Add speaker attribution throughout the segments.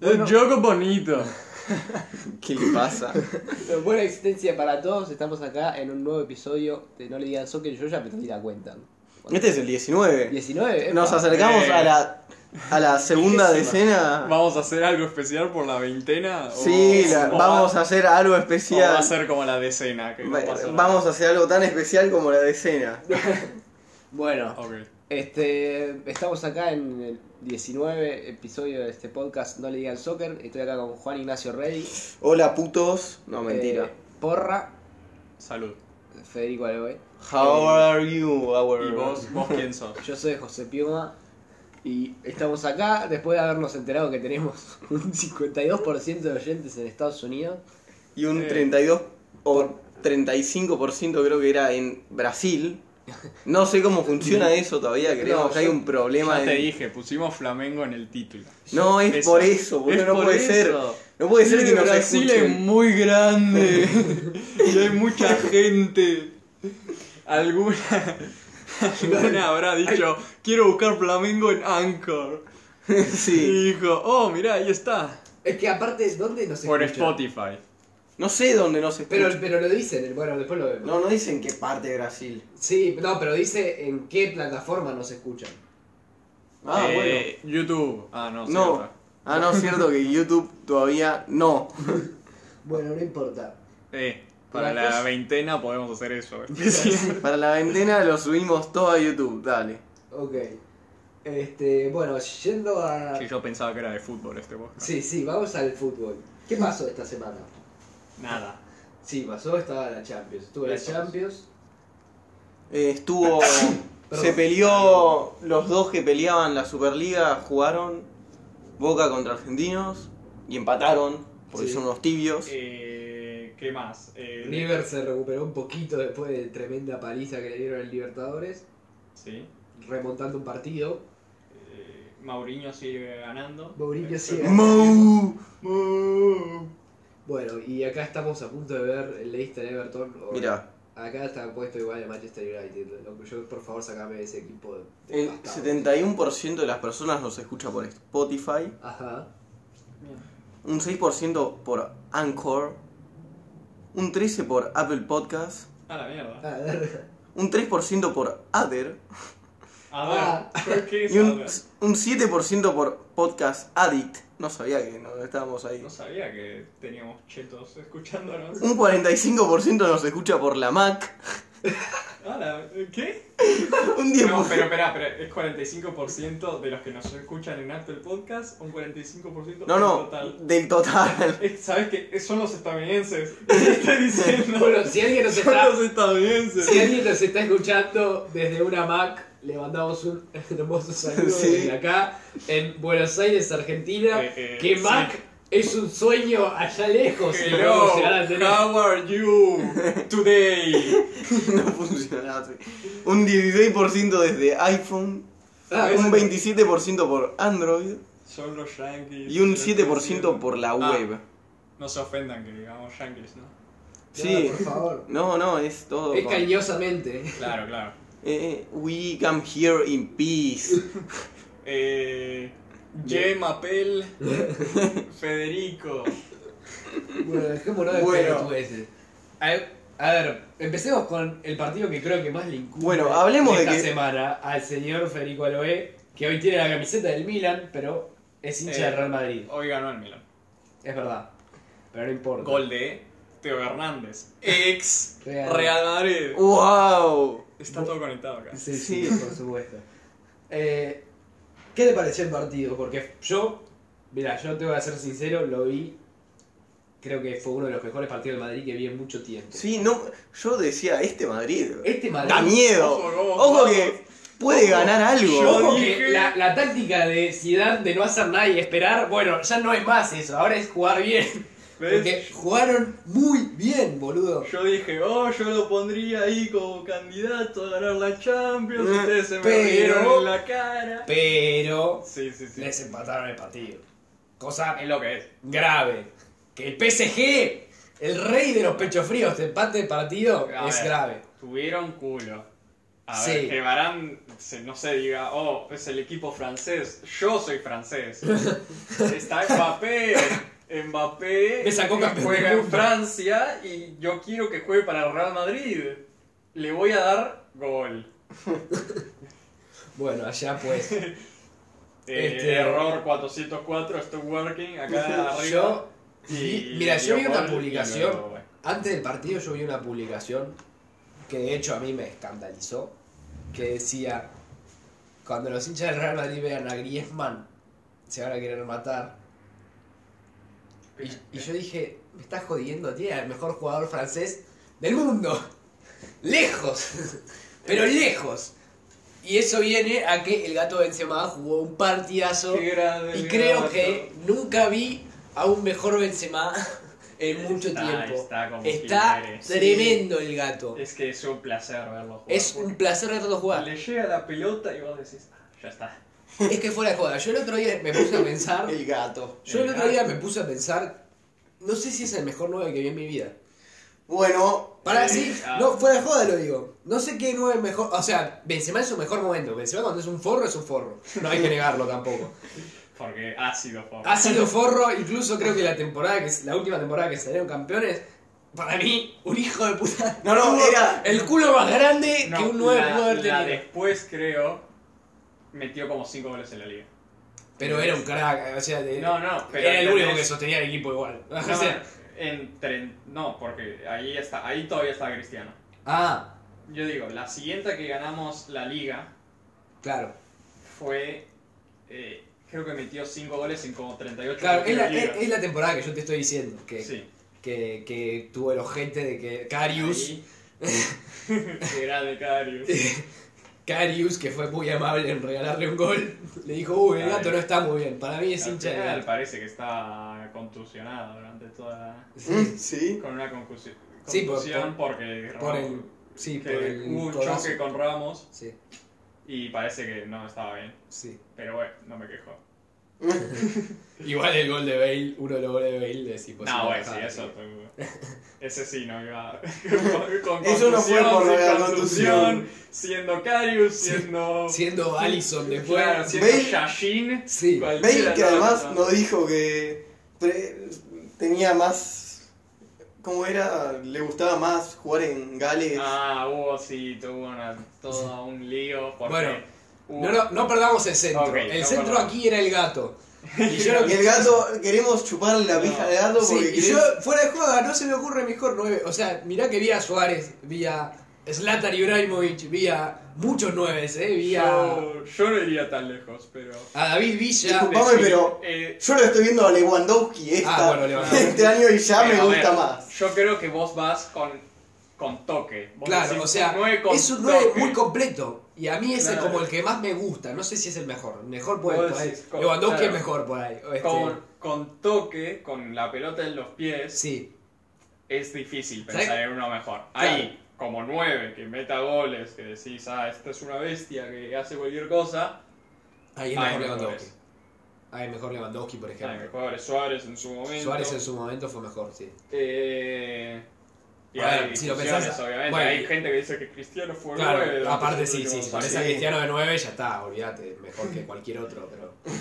Speaker 1: El juego bonito.
Speaker 2: ¿Qué le pasa?
Speaker 3: Pero buena existencia para todos, estamos acá en un nuevo episodio de No le digan soccer yo ya, pero ni la cuentan. Bueno,
Speaker 2: Este es el 19.
Speaker 3: 19,
Speaker 2: Nos
Speaker 3: epa.
Speaker 2: acercamos
Speaker 1: Eh.
Speaker 2: a la, a la segunda
Speaker 1: Vigésima.
Speaker 2: decena.
Speaker 1: ¿Vamos a hacer algo especial por la veintena? ¿O-
Speaker 2: Sí, la-
Speaker 1: o
Speaker 2: vamos
Speaker 1: va-
Speaker 2: a hacer algo
Speaker 1: o va a
Speaker 2: especial.
Speaker 1: ser como la decena. Que no
Speaker 2: Va-
Speaker 1: pasa nada.
Speaker 2: Vamos a hacer algo tan especial como la decena.
Speaker 3: Bueno,
Speaker 1: Ok.
Speaker 3: este, estamos acá en el 19 episodio de este podcast No le digan soccer. Estoy acá con Juan Ignacio Rey.
Speaker 2: Hola putos. No, mentira.
Speaker 3: eh, Porra,
Speaker 1: Salud.
Speaker 3: Federico Aloe.
Speaker 2: How are you? Our...
Speaker 1: eh, ¿Y vos, vos quién sos?
Speaker 3: Yo soy José Pioma y estamos acá después de habernos enterado que tenemos un 52% de oyentes en Estados Unidos.
Speaker 2: Y un
Speaker 1: Eh.
Speaker 2: 32 o 35% creo que era en Brasil. No sé cómo funciona eso todavía, creemos
Speaker 3: No,
Speaker 2: que hay
Speaker 3: yo-
Speaker 2: un problema.
Speaker 1: Ya te
Speaker 2: en-
Speaker 1: dije, pusimos Flamengo en el título.
Speaker 2: No, es
Speaker 1: Eso.
Speaker 2: por eso, boludo,
Speaker 1: Es
Speaker 2: no
Speaker 1: por
Speaker 2: puede
Speaker 1: eso.
Speaker 2: ser. No puede ser que nos
Speaker 1: Brasil es
Speaker 2: escuchen.
Speaker 1: muy grande y hay mucha gente. Alguna, alguna habrá dicho, quiero buscar Flamengo en Anchor.
Speaker 2: sí.
Speaker 1: Y dijo, oh, mirá, ahí está.
Speaker 3: Es que aparte es donde nos
Speaker 1: Por Spotify.
Speaker 2: No sé dónde nos escuchan.
Speaker 3: Pero, pero lo dicen, bueno, después lo vemos.
Speaker 2: No, no dicen qué parte de Brasil.
Speaker 3: Sí, no, pero dice en qué plataforma nos escuchan.
Speaker 2: Ah,
Speaker 1: Eh, YouTube. Ah, no,
Speaker 2: bueno. No.
Speaker 1: cierto.
Speaker 2: Ah, no, es cierto que YouTube todavía no.
Speaker 3: Bueno, no importa.
Speaker 1: Eh, para
Speaker 3: Una
Speaker 1: la
Speaker 3: cosa-
Speaker 1: veintena podemos hacer eso. ¿eh?
Speaker 2: Para la ventana lo subimos todo a YouTube, dale.
Speaker 3: Ok. Este, bueno, yendo a...
Speaker 1: Que yo pensaba que era de fútbol este podcast.
Speaker 3: Sí, sí, vamos al fútbol. ¿Qué pasó esta semana?
Speaker 1: Nada.
Speaker 3: Sí, pasó, estaba la Champions. Estuvo la
Speaker 1: Eso.
Speaker 3: Champions.
Speaker 2: Eh, estuvo. se peleó. Los dos que peleaban la Superliga jugaron Boca contra Argentinos y empataron, porque
Speaker 3: Sí.
Speaker 2: son unos tibios.
Speaker 1: Eh, ¿Qué más? Eh,
Speaker 3: River se recuperó un poquito después de tremenda paliza que le dieron en Libertadores,
Speaker 1: Sí.
Speaker 3: remontando un partido.
Speaker 1: Eh, Mauriño sigue ganando.
Speaker 3: Mourinho
Speaker 1: Eh,
Speaker 3: sigue
Speaker 1: pero-
Speaker 2: ¡Mau!
Speaker 1: Mau.
Speaker 3: Bueno, y acá estamos a punto de ver el Leicester Everton. o-
Speaker 2: Mira,
Speaker 3: Acá está puesto igual el Manchester United. Lo que yo, por favor, sacame de ese equipo. de-
Speaker 2: el
Speaker 3: bastardo.
Speaker 2: 71% de las personas nos escucha por Spotify,
Speaker 3: Ajá.
Speaker 2: un 6% por Anchor, un 13% por Apple Podcast,
Speaker 1: A la mierda.
Speaker 3: Ah, verga.
Speaker 2: un 3% por Other
Speaker 1: A ver, ¿qué es
Speaker 2: Ah. y un,
Speaker 1: Adar?
Speaker 2: un 7% por Podcast Addict. No sabía que no estábamos ahí.
Speaker 1: No sabía que teníamos chetos escuchándonos.
Speaker 2: Un 45% nos escucha por la Mac.
Speaker 1: A la- eh, ¿Qué?
Speaker 2: Un 10%.
Speaker 1: No, pero espera, espera, es 45% de los que nos escuchan en Apple Podcast, un 45%
Speaker 2: no,
Speaker 1: en
Speaker 2: no,
Speaker 1: total.
Speaker 2: del total.
Speaker 1: Eh, ¿Sabes qué? Son los estadounidenses. ¿Qué estoy diciendo?
Speaker 3: Bueno, si alguien nos
Speaker 1: Son
Speaker 3: está,
Speaker 1: los estadounidenses.
Speaker 3: si alguien nos está escuchando desde una Mac, le mandamos un hermoso saludo
Speaker 2: Sí.
Speaker 3: desde acá, en Buenos Aires, Argentina.
Speaker 1: Eh, eh,
Speaker 3: que
Speaker 1: sí.
Speaker 3: Mac es un sueño allá lejos. y lo
Speaker 1: Hello,
Speaker 3: vamos a llegar a tener.
Speaker 1: how are you today?
Speaker 2: no funcionaba así. Un 16% desde iPhone.
Speaker 3: Ah,
Speaker 2: un
Speaker 3: bueno.
Speaker 2: 27% por Android.
Speaker 1: Son los yankees.
Speaker 2: Y un
Speaker 1: Pero
Speaker 2: 7% por la
Speaker 1: Ah.
Speaker 2: web.
Speaker 1: No se ofendan que digamos yankees, ¿no?
Speaker 2: Sí.
Speaker 3: por favor.
Speaker 2: No, no, es todo.
Speaker 3: Es
Speaker 2: con-
Speaker 3: cariñosamente.
Speaker 1: Claro, claro.
Speaker 2: Eh, we come here in peace.
Speaker 1: Eh, Jem, Apel, Federico.
Speaker 3: Bueno, dejémonos de
Speaker 2: Bueno.
Speaker 3: pelotudeces. A ver, a ver, empecemos con el partido que creo que más le incumbe
Speaker 2: Bueno, hablemos de
Speaker 3: esta
Speaker 2: que-
Speaker 3: semana al señor Federico Aloe, que hoy tiene la camiseta del Milan, pero es hincha
Speaker 1: Eh.
Speaker 3: del Real Madrid.
Speaker 1: Hoy ganó el Milan.
Speaker 3: Es verdad. Pero no importa.
Speaker 1: Gol de Teo Hernández, ex
Speaker 3: Real.
Speaker 1: Real Madrid.
Speaker 2: ¡Wow!
Speaker 1: Está todo conectado acá.
Speaker 3: Sí, sí, por supuesto. Eh, ¿Qué te pareció el partido? Porque yo, mira, yo te voy a ser sincero, lo vi. Creo que fue uno de los mejores partidos del Madrid que vi en mucho tiempo.
Speaker 2: Sí, no, yo decía este Madrid.
Speaker 3: Este Madrid.
Speaker 2: Da miedo.
Speaker 1: Ojo, ojo,
Speaker 2: Ojo
Speaker 1: ojo.
Speaker 2: que puede ganar algo.
Speaker 1: Yo
Speaker 3: Ojo que
Speaker 1: dije-
Speaker 3: la, la táctica de Zidane de no hacer nada y esperar, bueno, ya no es más eso, ahora es jugar bien.
Speaker 1: ¿Ves?
Speaker 3: Porque jugaron muy bien, boludo.
Speaker 1: Yo dije, oh, yo lo pondría ahí como candidato a ganar la Champions. Ustedes se me
Speaker 3: Eh, Pero-
Speaker 1: rieron en la cara.
Speaker 3: Pero
Speaker 1: Sí, sí, sí.
Speaker 3: les empataron el partido. Cosa
Speaker 1: Es lo que es.
Speaker 3: grave. Que el PSG, el rey de los pechos fríos, te empate el partido
Speaker 1: A
Speaker 3: es
Speaker 1: ver,
Speaker 3: grave.
Speaker 1: Tuvieron culo.
Speaker 4: A ver,
Speaker 3: Sí.
Speaker 4: que Barán, se- no sé, diga, oh, es el equipo francés, yo soy francés. Está Mbappé, Mbappé
Speaker 3: Me sacó campeón
Speaker 4: juega
Speaker 3: del
Speaker 4: en
Speaker 3: mundo.
Speaker 4: Francia y yo quiero que juegue para el Real Madrid. Le voy a dar gol.
Speaker 3: Bueno, allá pues.
Speaker 4: Eh,
Speaker 3: Este-
Speaker 4: Error 404, stop working, acá arriba.
Speaker 3: yo.
Speaker 4: Y-
Speaker 3: mira, yo
Speaker 4: y
Speaker 3: vi una
Speaker 4: gol,
Speaker 3: publicación.
Speaker 4: y luego, bueno.
Speaker 3: Antes del partido yo vi una publicación que de hecho a mí me escandalizó, que decía, cuando los hinchas del Real Madrid vean a Griezmann, se van a querer matar. Y, y yo dije, me estás jodiendo, tiene el mejor jugador francés del mundo. Lejos, pero lejos. Y eso viene a que el gato Benzema jugó un partidazo.
Speaker 4: Qué grande,
Speaker 3: Y
Speaker 4: mi
Speaker 3: creo
Speaker 4: gato.
Speaker 3: que nunca vi a un mejor Benzema en mucho
Speaker 4: Está-
Speaker 3: tiempo.
Speaker 4: está como
Speaker 3: Está
Speaker 4: quien eres.
Speaker 3: tremendo el gato.
Speaker 4: Es que es un placer verlo jugar.
Speaker 3: Es un placer verlo
Speaker 4: porque
Speaker 3: jugar.
Speaker 4: Le llega la pelota y vos decís, "Ah, ya está.
Speaker 3: Es que fuera de joda. Yo el otro día me puse a pensar.
Speaker 2: El gato.
Speaker 3: Yo el otro día me puse a pensar. No sé si es el mejor 9 que vi en mi vida.
Speaker 2: Bueno,
Speaker 3: Para
Speaker 4: Sí,
Speaker 3: sí,
Speaker 4: ah.
Speaker 3: no, fuera de joda lo digo. No sé qué 9 mejor. O sea, Benzema es su mejor momento. Benzema cuando es un forro es un forro. No hay que negarlo tampoco.
Speaker 4: Porque ácido, por favor.
Speaker 3: Ha sido forro, incluso creo que la temporada que la última temporada que salieron campeones, para mí, un hijo de puta.
Speaker 2: No, no,
Speaker 3: tuvo
Speaker 2: era-
Speaker 3: el culo más grande
Speaker 4: eh, No,
Speaker 3: que un 9
Speaker 4: la-
Speaker 3: pudo haber
Speaker 4: la
Speaker 3: tenido.
Speaker 4: después, creo, metió como 5 goles en la liga.
Speaker 3: Pero era un crack, o sea, de-
Speaker 4: No, no, pero
Speaker 3: Eh, era el único
Speaker 4: entendés-
Speaker 3: que sostenía el equipo igual. O
Speaker 4: No,
Speaker 3: sea,
Speaker 4: en tren- no, porque ahí está, ahí todavía está Cristiano.
Speaker 3: ah,
Speaker 4: Yo digo, la siguiente que ganamos la liga
Speaker 3: claro.
Speaker 4: fue, eh, creo que metió 5 goles en como 38
Speaker 3: Claro, es
Speaker 4: partidos
Speaker 3: la,
Speaker 4: de liga.
Speaker 3: es- es la temporada que yo te estoy diciendo, que,
Speaker 4: Sí.
Speaker 3: que, que tuvo el ojete de que Carius,
Speaker 4: Ahí. Qué grande Carius.
Speaker 3: Carius, que fue muy amable en regalarle un gol, le dijo, uy, el
Speaker 4: Ay.
Speaker 3: gato no está muy bien, para mí es
Speaker 4: Al
Speaker 3: hincha de
Speaker 4: final
Speaker 3: gato.
Speaker 4: parece que está contusionado durante toda la...
Speaker 2: mm, sí.
Speaker 4: Con una concusi-
Speaker 3: Sí, por-
Speaker 4: contusión
Speaker 3: por-
Speaker 4: porque...
Speaker 3: Por
Speaker 4: Ramos-
Speaker 3: el, sí,
Speaker 4: que
Speaker 3: por el
Speaker 4: hubo un
Speaker 3: codazo.
Speaker 4: choque con Ramos
Speaker 3: Sí,
Speaker 4: y parece que no estaba bien.
Speaker 3: sí.
Speaker 4: Pero bueno, no me quejo.
Speaker 3: Igual el gol de Bale, uno de los goles de Bale es imposible.
Speaker 4: no, bueno, sí,
Speaker 3: bajar,
Speaker 4: eso.
Speaker 3: Pues sí.
Speaker 4: Ese sí, no iba. con, con
Speaker 2: Eso no fue por
Speaker 4: contusión,
Speaker 2: la
Speaker 4: sin
Speaker 2: contusión.
Speaker 4: contusión, Siendo Carius, siendo.
Speaker 3: Siendo Allison después.
Speaker 4: claro, siendo
Speaker 2: Bale-
Speaker 4: Yashin.
Speaker 3: Sí.
Speaker 2: Bale que además nos dijo que pre- tenía más. ¿Cómo era? Le gustaba más jugar en Gales.
Speaker 4: Ah, hubo, sí, tuvo una, todo un lío. Porque
Speaker 3: Bueno,
Speaker 4: hubo-
Speaker 3: No, no, no perdamos el centro.
Speaker 4: Ok,
Speaker 3: el
Speaker 4: no
Speaker 3: centro
Speaker 4: perdamos.
Speaker 3: aquí era el gato. Y yo,
Speaker 2: Y el gato, queremos chuparle la pija al gato
Speaker 3: sí,
Speaker 2: porque
Speaker 3: y
Speaker 2: querés-
Speaker 3: yo, fuera de juego, no se me ocurre mejor nueve. O sea, mirá que vi a Suárez, vi a Zlatan Ibrahimovic, vi a muchos nueves, eh, vi a,
Speaker 4: yo, yo no iría tan lejos, pero.
Speaker 3: a David Villa.
Speaker 2: Disculpa. Disculpame, pero-
Speaker 4: Eh,
Speaker 2: Yo lo estoy viendo a Lewandowski esta-
Speaker 3: Ah, bueno, Lewandowski.
Speaker 2: este año y ya
Speaker 4: Pero,
Speaker 2: me
Speaker 4: a ver,
Speaker 2: gusta más.
Speaker 4: Yo creo que vos vas con, con toque. Vos
Speaker 3: Claro,
Speaker 4: decís,
Speaker 3: o sea,
Speaker 4: nueve con
Speaker 3: es un 9
Speaker 4: toque.
Speaker 3: muy completo. Y a mí es el
Speaker 4: Claro.
Speaker 3: como el que más me gusta. No sé si es el mejor. Mejor puede
Speaker 4: Vos
Speaker 3: por ahí.
Speaker 4: decís, con-
Speaker 3: Lewandowski
Speaker 4: claro.
Speaker 3: es mejor por ahí. o este-
Speaker 4: con, con toque, con la pelota en los pies,
Speaker 3: Sí,
Speaker 4: es difícil
Speaker 3: ¿Sabés?
Speaker 4: pensar en uno mejor. Ahí, como nueve, que meta goles, que decís, ah, esta es una bestia que hace cualquier cosa.
Speaker 3: ahí es
Speaker 4: hay
Speaker 3: mejor Lewandowski.
Speaker 4: mejores.
Speaker 3: Ahí es mejor Lewandowski, por
Speaker 4: Hay
Speaker 3: ejemplo.
Speaker 4: mejores. Suárez en su momento.
Speaker 3: Suárez en su momento fue mejor, sí.
Speaker 4: Eh, y
Speaker 3: A ver,
Speaker 4: hay
Speaker 3: si lo
Speaker 4: discusiones,
Speaker 3: pensás-
Speaker 4: obviamente.
Speaker 3: bueno,
Speaker 4: hay gente que dice que Cristiano fue nueve.
Speaker 3: Claro,
Speaker 4: durante
Speaker 3: aparte
Speaker 4: los
Speaker 3: sí, sí,
Speaker 4: últimos
Speaker 3: si pones
Speaker 4: años.
Speaker 3: a Cristiano de 9 ya está, olvídate, mejor que cualquier otro, pero...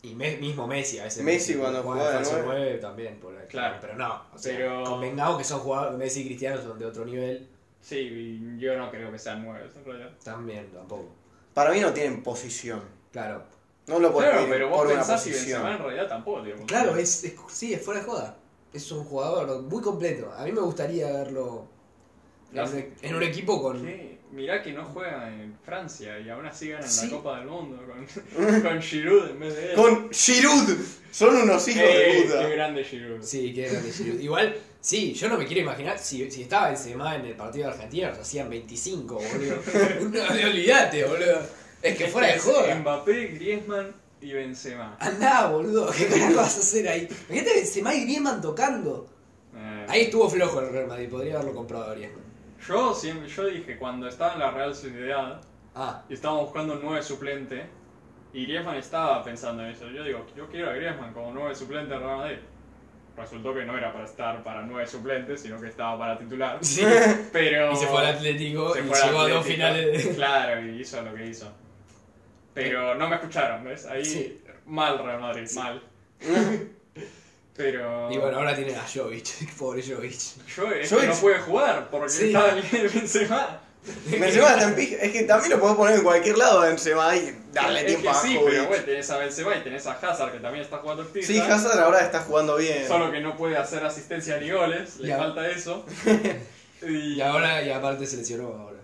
Speaker 3: Y me- mismo Messi a veces.
Speaker 2: Messi cuando jugaba de
Speaker 3: falso
Speaker 2: nueve.
Speaker 3: nueve también, por ahí,
Speaker 4: Claro.
Speaker 3: pero no, o sea,
Speaker 4: Pero-
Speaker 3: convengamos que son jugadores, Messi y Cristiano son de otro nivel,
Speaker 4: Sí, y yo no creo que sean nueve, en realidad.
Speaker 3: también tampoco,
Speaker 2: Para mí no tienen posición.
Speaker 3: claro.
Speaker 2: No lo podés
Speaker 4: Claro,
Speaker 2: pedir
Speaker 4: pero
Speaker 2: por
Speaker 4: vos
Speaker 2: una
Speaker 4: pensás si
Speaker 2: posición.
Speaker 4: Benzema en realidad tampoco tiene posición.
Speaker 3: Claro, es, es- sí, es fuera de joda, es un jugador muy completo, a mí me gustaría verlo en,
Speaker 4: Las-
Speaker 3: un- en un equipo con...
Speaker 4: Sí, Mirá que no juega en Francia y aún así ganan
Speaker 3: Sí.
Speaker 4: la Copa del Mundo con, con Giroud en vez de él.
Speaker 2: Con Giroud. Son unos hijos
Speaker 4: Eh,
Speaker 2: de puta.
Speaker 4: ¡Qué grande Giroud!
Speaker 3: Sí, que era de Giroud. Igual, sí, yo no me quiero imaginar, si, si estaba Benzema en el partido de Argentina, nos hacían 25, boludo. No, no, olvídate, boludo. Es que fuera de
Speaker 4: Es
Speaker 3: joda.
Speaker 4: Mbappé, Griezmann y Benzema.
Speaker 3: Andá, boludo, ¿qué carajo vas a hacer ahí? Imagínate Benzema y Griezmann tocando.
Speaker 4: Eh,
Speaker 3: Ahí estuvo flojo el Real Madrid, podría haberlo comprado a Griezmann.
Speaker 4: Yo siempre, yo dije, cuando estaba en la Real Sociedad
Speaker 3: Ah,
Speaker 4: y estábamos buscando un nueve suplente, y Griezmann estaba pensando en eso. Yo digo, yo quiero a Griezmann como nueve suplente en Real Madrid. resultó que no era para estar para nueve suplentes, sino que estaba para titular.
Speaker 3: Sí.
Speaker 4: Pero
Speaker 3: Y se fue al Atlético
Speaker 4: se
Speaker 3: y
Speaker 4: fue al
Speaker 3: llegó a dos
Speaker 4: Atlético.
Speaker 3: finales. de-
Speaker 4: Claro, y hizo lo que hizo. Pero no me escucharon, ¿ves? Ahí
Speaker 3: Sí.
Speaker 4: mal Real Madrid, mal. Pero
Speaker 3: Y bueno, ahora tiene a Jovic, pobre Jovic.
Speaker 4: yo es
Speaker 2: Yo
Speaker 4: que no
Speaker 2: hice-
Speaker 4: puede jugar porque
Speaker 3: Sí.
Speaker 4: estaba en el Benzema.
Speaker 2: Benzema está en pija. Es que también lo podés poner en cualquier lado a Benzema y darle
Speaker 4: es
Speaker 2: tiempo
Speaker 4: que
Speaker 2: a
Speaker 4: sí,
Speaker 2: Jovic.
Speaker 4: pero bueno, tenés a Benzema y tenés a Hazard que también está jugando activa.
Speaker 2: Sí, Hazard ahora está jugando bien.
Speaker 4: Solo que no puede hacer asistencia ni goles, le
Speaker 3: Ya.
Speaker 4: falta eso.
Speaker 3: Y
Speaker 4: y
Speaker 3: ahora, y aparte se lesionó ahora.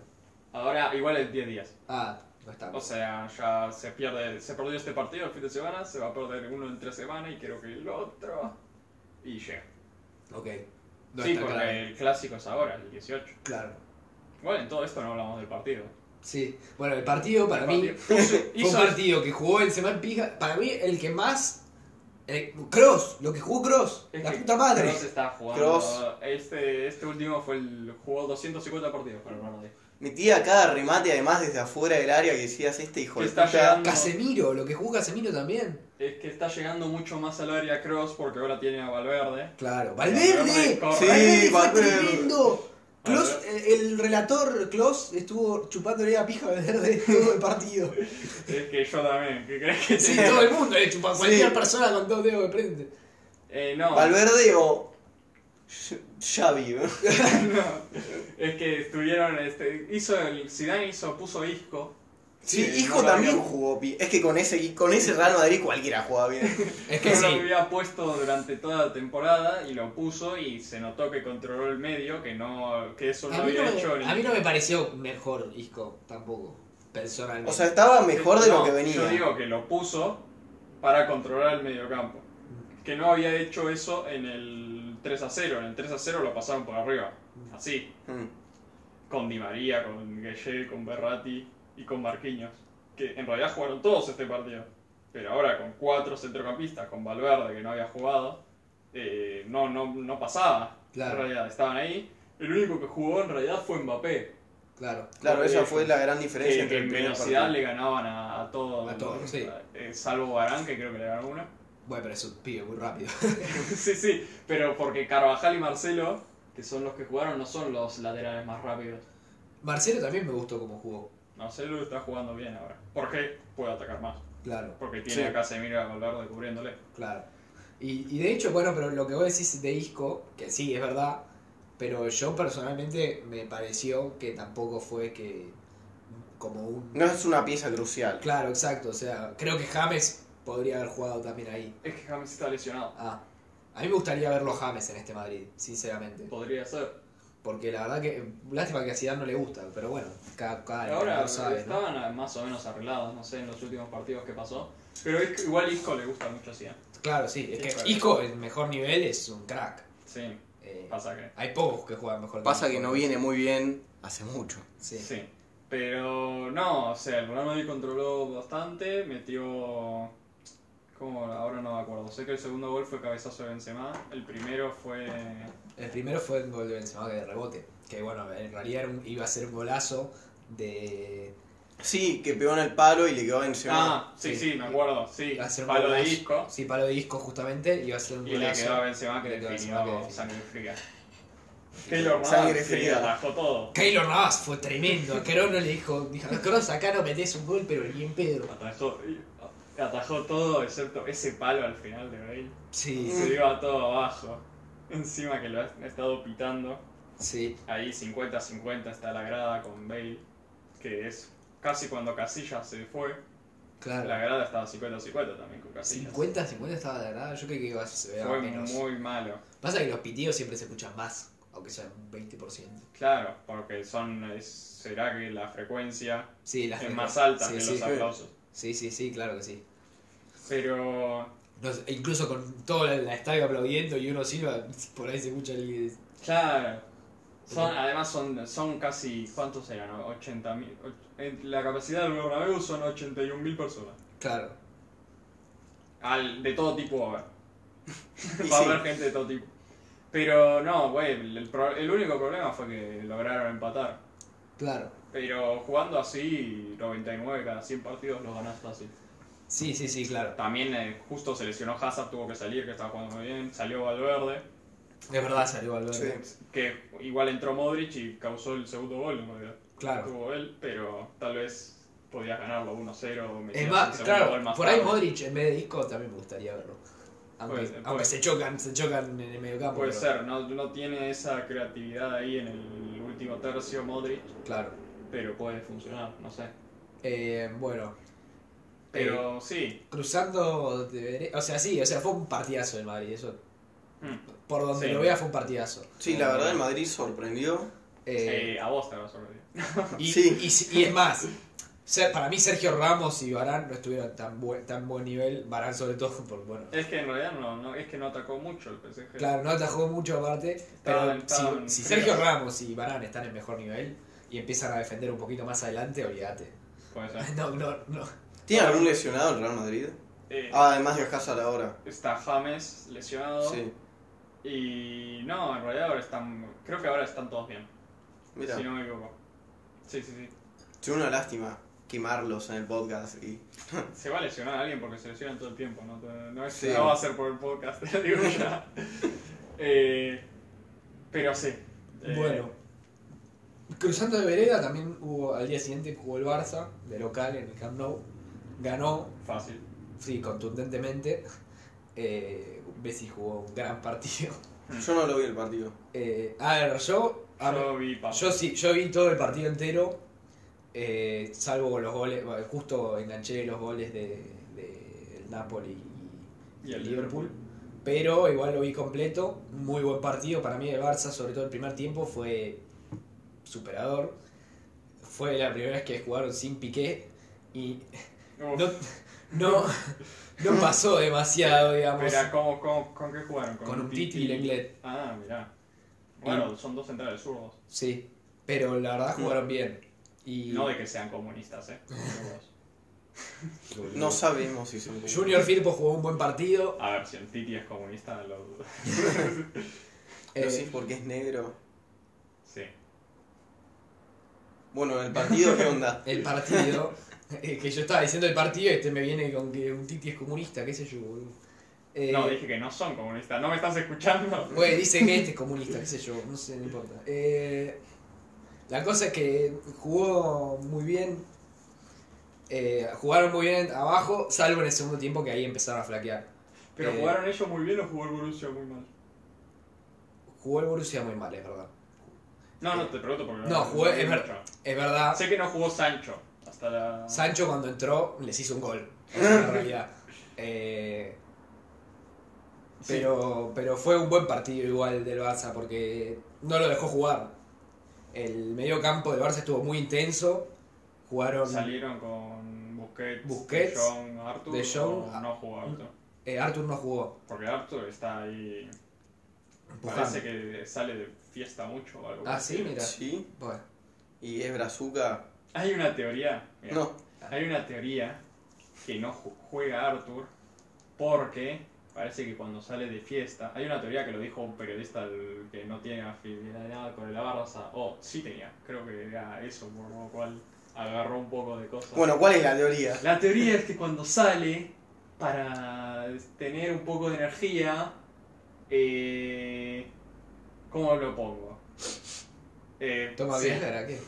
Speaker 4: ahora igual en 10 días.
Speaker 3: Ah, no está.
Speaker 4: O sea, ya se pierde, se perdió este partido el fin de semana, se va a perder uno entre semana y creo que el otro. Y llega.
Speaker 3: Ok. No
Speaker 4: sí,
Speaker 3: está
Speaker 4: porque
Speaker 3: claro.
Speaker 4: el clásico es ahora, el 18.
Speaker 3: Claro.
Speaker 4: Bueno, en todo esto no hablamos del partido.
Speaker 3: Sí. Bueno, el partido para
Speaker 4: El
Speaker 3: mí.
Speaker 4: partido- puso-
Speaker 3: Fue un
Speaker 4: hizo-
Speaker 3: partido que jugó el semana pija. Para mí, el que más. el- Cross, lo que jugó Cross.
Speaker 4: es
Speaker 3: la
Speaker 4: que
Speaker 3: puta madre.
Speaker 4: Kroos está jugando.
Speaker 2: Kroos.
Speaker 4: Este, este último fue el. jugó 250 partidos para el Real Madrid.
Speaker 2: Metía cada remate además desde afuera del área que decías este hijo de
Speaker 4: Está
Speaker 2: puta".
Speaker 4: llegando.
Speaker 3: Casemiro, lo que jugó Casemiro también.
Speaker 4: Es que está llegando mucho más al área Cross porque ahora tiene a Valverde.
Speaker 3: Claro.
Speaker 4: Valverde,
Speaker 3: ¡Valverde!
Speaker 4: corre.
Speaker 2: Sí,
Speaker 3: ¡Valverde fue
Speaker 2: Valverde.
Speaker 3: tremendo! Kroos,
Speaker 4: Valverde.
Speaker 3: eh, el relator Kloss estuvo chupándole la pija a Valverde todo el partido.
Speaker 4: Es que yo también, ¿qué crees que
Speaker 3: Sí,
Speaker 4: te-
Speaker 3: todo el mundo le chupa.
Speaker 2: Sí.
Speaker 3: Cualquier persona con dos dedos de frente.
Speaker 4: Eh, no.
Speaker 2: Valverde o Xavi. ¿no?
Speaker 4: No. Es que estuvieron, este, hizo el Zidane hizo, puso Isco.
Speaker 2: Sí,
Speaker 4: Eh,
Speaker 2: hijo
Speaker 4: no lo
Speaker 2: también
Speaker 4: había-
Speaker 2: jugó bien. Es que con ese, con ese Real Madrid cualquiera juega bien.
Speaker 3: Es
Speaker 4: no lo había puesto durante toda la temporada y lo puso y se notó que controló el medio, que no, que eso no
Speaker 3: A mí, no
Speaker 4: había hecho.
Speaker 3: me,
Speaker 4: ni-
Speaker 3: a mí no me pareció mejor Isco tampoco, personalmente.
Speaker 2: O sea, estaba mejor de
Speaker 4: No,
Speaker 2: lo que venía.
Speaker 4: Yo digo que lo puso para controlar el mediocampo. Que no había hecho eso en el 3 a 0. En el 3 a 0 lo pasaron por arriba. Así.
Speaker 2: Mm.
Speaker 4: Con Di María, con Gueye, con Berratti y con Marquinhos. Que en realidad jugaron todos este partido. Pero ahora con cuatro centrocampistas, con Valverde que no había jugado, eh, no, no, no pasaba.
Speaker 3: Claro.
Speaker 4: En realidad estaban ahí. El único que jugó en realidad fue Mbappé.
Speaker 3: claro.
Speaker 2: Claro,
Speaker 4: Porque
Speaker 2: esa fue la gran diferencia
Speaker 4: Que,
Speaker 2: entre
Speaker 4: que
Speaker 2: el
Speaker 4: en
Speaker 2: primer
Speaker 4: velocidad
Speaker 2: partido.
Speaker 4: le ganaban a, a todos.
Speaker 3: A todos, sí.
Speaker 4: Eh, salvo Barán, que creo que le ganó una.
Speaker 3: Bueno, pero es un pibe muy rápido.
Speaker 4: sí, sí, pero porque Carvajal y Marcelo, que son los que jugaron, no son los laterales más rápidos.
Speaker 3: Marcelo también me gustó como jugó.
Speaker 4: Marcelo está jugando bien ahora. Porque puede atacar más.
Speaker 3: Claro,
Speaker 4: Porque tiene
Speaker 2: Sí.
Speaker 4: a Casemiro y a Valverde cubriéndole.
Speaker 3: claro. Y, y de hecho, bueno, pero lo que vos decís de Isco, que sí, es verdad, pero yo personalmente me pareció que tampoco fue que como un...
Speaker 2: No es una pieza crucial.
Speaker 3: Claro, exacto, o sea, creo que James podría haber jugado también ahí.
Speaker 4: Es que James está lesionado.
Speaker 3: Ah, a mí me gustaría verlo a James en este Madrid, sinceramente.
Speaker 4: Podría ser.
Speaker 3: Porque la verdad que, lástima que a Zidane no le gusta, pero bueno, cada, cada
Speaker 4: ahora
Speaker 3: lo sabe, ¿no?
Speaker 4: estaban eh, más o menos arreglados, no sé, en los últimos partidos que pasó. Pero Isco- igual Isco le gusta mucho así.
Speaker 3: Claro, sí, es
Speaker 4: Sí,
Speaker 3: que
Speaker 4: claro.
Speaker 3: Isco en mejor nivel es un crack.
Speaker 4: Sí,
Speaker 3: Eh,
Speaker 4: pasa que.
Speaker 3: hay pocos que juegan mejor.
Speaker 2: Pasa
Speaker 3: Isco.
Speaker 2: que no viene muy bien hace mucho.
Speaker 3: Sí.
Speaker 4: Sí. Pero no, o sea, el Real Madrid controló bastante, metió... ¿Cómo? Ahora no me acuerdo. Sé que el segundo gol fue cabezazo de Benzema, el primero fue...
Speaker 3: El primero fue el gol de Benzema que de rebote, que bueno, en realidad era un- iba a ser un golazo de
Speaker 2: Sí, que pegó en el palo y le quedó a Benzema.
Speaker 4: Ah, sí,
Speaker 3: Sí.
Speaker 4: sí, me acuerdo, sí.
Speaker 3: iba a ser un
Speaker 4: Palo de
Speaker 3: golazo.
Speaker 4: disco.
Speaker 3: Sí, palo de disco justamente, iba a ser un
Speaker 4: Y le quedó a
Speaker 3: golazo.
Speaker 4: Benzema que
Speaker 3: Le quedó a Benzema que
Speaker 4: definió
Speaker 3: definió.
Speaker 4: sangre fría. Keylor
Speaker 2: Sangre
Speaker 4: Navas sí,
Speaker 2: fría.
Speaker 4: atajó todo.
Speaker 3: Keylor Navas fue tremendo, a Kroos no le dijo, dijo, Kroos acá no metes un gol, pero ni en Pedro.
Speaker 4: Atajó, atajó todo excepto ese palo al final de Bale.
Speaker 3: Sí, sí,
Speaker 4: Se iba todo abajo. Encima que lo ha ha estado pitando.
Speaker 3: sí,
Speaker 4: Ahí 50-50 está la grada con Bale, que es casi cuando Casillas se fue. La
Speaker 3: claro.
Speaker 4: grada estaba 50-50 también con Casillas.
Speaker 3: 50-50 estaba de verdad, yo creo que iba a ser
Speaker 4: fue
Speaker 3: menos.
Speaker 4: muy malo.
Speaker 3: Pasa que los pitidos siempre se escuchan más, aunque sean 20%.
Speaker 4: Claro, porque son es- será que la frecuencia
Speaker 3: Sí, las
Speaker 4: es
Speaker 3: de-
Speaker 4: más alta
Speaker 3: sí,
Speaker 4: que
Speaker 3: sí,
Speaker 4: los aplausos.
Speaker 3: sí, sí, sí, claro que sí.
Speaker 4: Pero
Speaker 3: Los- e incluso con toda la, la estadio aplaudiendo y uno silba, por ahí se escucha el...
Speaker 4: claro, son, además son, son casi ¿cuántos eran? 80.000. och- en La capacidad del Bernabéu son 81.000 personas.
Speaker 3: Claro,
Speaker 4: Al, de todo tipo va a haber.
Speaker 2: Y
Speaker 4: Va a
Speaker 2: sí.
Speaker 4: haber gente de todo tipo. Pero no, güey, el, pro- el único problema fue que lograron empatar.
Speaker 3: claro.
Speaker 4: Pero jugando así, 99 cada 100 partidos los ganaste así.
Speaker 3: Sí, sí, sí, claro.
Speaker 4: También eh, justo se lesionó Hazard, tuvo que salir, que estaba jugando muy bien. Salió Valverde,
Speaker 3: Es verdad, salió Valverde.
Speaker 4: que igual entró Modric y causó el segundo gol. en realidad.
Speaker 3: Claro.
Speaker 4: Tuvo él, pero tal vez podías ganarlo 1-0. o metías
Speaker 3: Es
Speaker 4: el
Speaker 3: más,
Speaker 4: segundo
Speaker 3: claro,
Speaker 4: gol más
Speaker 3: por ahí
Speaker 4: tarde.
Speaker 3: Modric en vez de disco también me gustaría verlo. Aunque,
Speaker 4: Puede ser,
Speaker 3: aunque
Speaker 4: puede
Speaker 3: se chocan, se chocan en el medio campo.
Speaker 4: Puede ser, no, no tiene esa creatividad ahí en el último tercio Modric,
Speaker 3: Claro.
Speaker 4: pero puede funcionar, no sé.
Speaker 3: Eh, bueno, Eh,
Speaker 4: Pero sí,
Speaker 3: cruzando de dere- O sea, sí, o sea, fue un partidazo el Madrid. Eso,
Speaker 4: mm,
Speaker 3: por donde
Speaker 4: Sí.
Speaker 3: lo vea fue un partidazo.
Speaker 2: Sí, la verdad el Madrid sorprendió.
Speaker 3: Eh,
Speaker 4: eh, a vos te va a sorprender.
Speaker 3: y,
Speaker 2: sí.
Speaker 3: y si- y es más, Ser- para mí Sergio Ramos y Barán no estuvieron tan buen, tan buen nivel. Barán sobre todo, porque bueno.
Speaker 4: Es que en realidad no, no, es que no atacó mucho el PSG.
Speaker 3: Claro, no atajó mucho aparte, pero
Speaker 4: Estaban- estaban
Speaker 3: si, si
Speaker 4: fríos.
Speaker 3: Sergio Ramos y Barán están en mejor nivel y empiezan a defender un poquito más adelante, olvídate.
Speaker 4: Puede ser.
Speaker 3: No, no, no.
Speaker 2: ¿Tiene algún lesionado el Real Madrid?
Speaker 4: Eh,
Speaker 2: Ah, además de Hazard ahora.
Speaker 4: Está James lesionado.
Speaker 2: Sí,
Speaker 4: Y no, en realidad ahora están. Creo que ahora están todos bien.
Speaker 2: mira.
Speaker 4: Si no me equivoco. Sí, sí, sí.
Speaker 2: Es una lástima quemarlos en el podcast y
Speaker 4: Se va a lesionar a alguien porque se lesionan todo el tiempo, no, Te- no, es-
Speaker 2: Sí.
Speaker 4: no va a ser por el podcast, te digo ya. Eh, pero sí. eh,
Speaker 3: Bueno, cruzando de vereda también hubo al día siguiente jugó el Barça de local en el Camp Nou, ganó,
Speaker 4: Fácil.
Speaker 3: sí, contundentemente. Eh, Messi jugó un gran partido.
Speaker 4: Mm.
Speaker 2: yo no lo vi el partido.
Speaker 3: Eh, a ver, yo, a ver,
Speaker 4: Yo vi Pablo.
Speaker 3: Yo sí, yo vi todo el partido entero, eh, salvo los goles, bueno, justo enganché los goles de, de el Napoli y,
Speaker 4: Y el
Speaker 3: el Liverpool, pero igual lo vi completo, muy buen partido para mí el Barça, sobre todo el primer tiempo fue superador, fue la primera vez que jugaron sin Piqué y
Speaker 4: Uf,
Speaker 3: no, no, no pasó demasiado, digamos,
Speaker 4: espera, ¿cómo, cómo, con qué jugaron?
Speaker 3: con un Titi y Lenglet.
Speaker 4: Ah, mirá. Bueno, son dos centrales zurdos.
Speaker 3: Sí, pero la verdad jugaron bien. Y
Speaker 4: No de que sean comunistas, eh. Zurdos.
Speaker 2: No sabemos si son
Speaker 3: Junior Firpo jugó un buen partido.
Speaker 4: A ver, si el Titi es comunista, lo dudo.
Speaker 2: Pero
Speaker 3: eh,
Speaker 2: sí, porque es negro.
Speaker 4: Sí.
Speaker 2: Bueno, el partido, ¿qué onda?
Speaker 3: El partido. eh, que yo estaba diciendo el partido y este me viene con que un Titi es comunista, qué sé yo, boludo. Eh,
Speaker 4: No, dije que no son comunistas. ¿No me estás escuchando?
Speaker 3: güey, dice que este es comunista, qué sé yo, no sé, no importa. Eh, la cosa es que jugó muy bien. eh, jugaron muy bien abajo, salvo en el segundo tiempo que ahí empezaron a flaquear.
Speaker 4: ¿Pero
Speaker 3: Eh,
Speaker 4: jugaron ellos muy bien o jugó el Borussia muy mal?
Speaker 3: Jugó el Borussia muy mal, es verdad.
Speaker 4: No, no, te pregunto porque
Speaker 3: No, jugó-
Speaker 4: vi
Speaker 3: es
Speaker 4: mucho.
Speaker 3: verdad. Es verdad.
Speaker 4: Sé que no jugó Sancho hasta la.
Speaker 3: Sancho cuando entró les hizo un gol. Esa
Speaker 4: Ah.
Speaker 3: es la realidad. Eh, pero, pero fue un buen partido igual del Barça porque no lo dejó jugar. El medio campo del Barça estuvo muy intenso. Jugaron
Speaker 4: Salieron con Busquets,
Speaker 3: Busquets,
Speaker 4: De Jong, Arthur.
Speaker 3: De Jong, ah.
Speaker 4: o no jugó Arthur.
Speaker 3: eh, Arthur no jugó.
Speaker 4: Porque Arthur está ahí.
Speaker 3: Empujando.
Speaker 4: Parece que sale de fiesta mucho o algo.
Speaker 3: Ah,
Speaker 4: así.
Speaker 3: sí, mira.
Speaker 2: Sí,
Speaker 3: Bueno,
Speaker 2: y es Brazuca.
Speaker 4: Hay una teoría. mira,
Speaker 2: No,
Speaker 4: Hay una teoría que no ju- juega Arthur porque parece que cuando sale de fiesta. Hay una teoría que lo dijo un periodista al- que no tiene afinidad con el Barça. O sí tenía, creo que era eso, por lo cual agarró un poco de cosas.
Speaker 2: bueno, ¿cuál es la teoría?
Speaker 4: La teoría es que cuando sale, para tener un poco de energía, eh, ¿cómo lo pongo? Eh,
Speaker 3: toma
Speaker 4: sí.
Speaker 3: Viagra, ¿qué?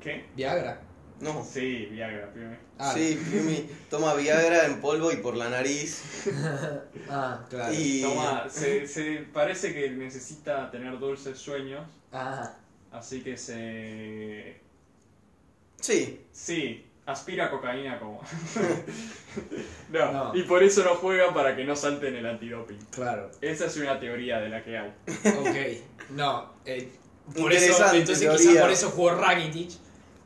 Speaker 4: ¿Qué?
Speaker 3: Viagra.
Speaker 2: No.
Speaker 4: Sí, Viagra, pibe.
Speaker 3: Ah,
Speaker 2: Sí, Piumi toma Viagra en polvo y por la nariz.
Speaker 3: ah, claro.
Speaker 2: Y
Speaker 4: Toma, se, se parece que necesita tener dulces sueños,
Speaker 3: Ah,
Speaker 4: así que se...
Speaker 2: sí,
Speaker 4: Sí, aspira cocaína como... no,
Speaker 3: No.
Speaker 4: y por eso no juega para que no salte en el antidoping.
Speaker 3: claro.
Speaker 4: Esa es una teoría de la que hay.
Speaker 3: Ok, no. eh, por eso,
Speaker 2: Interesante
Speaker 3: entonces
Speaker 2: teoría.
Speaker 3: quizás por eso jugó Rakitic,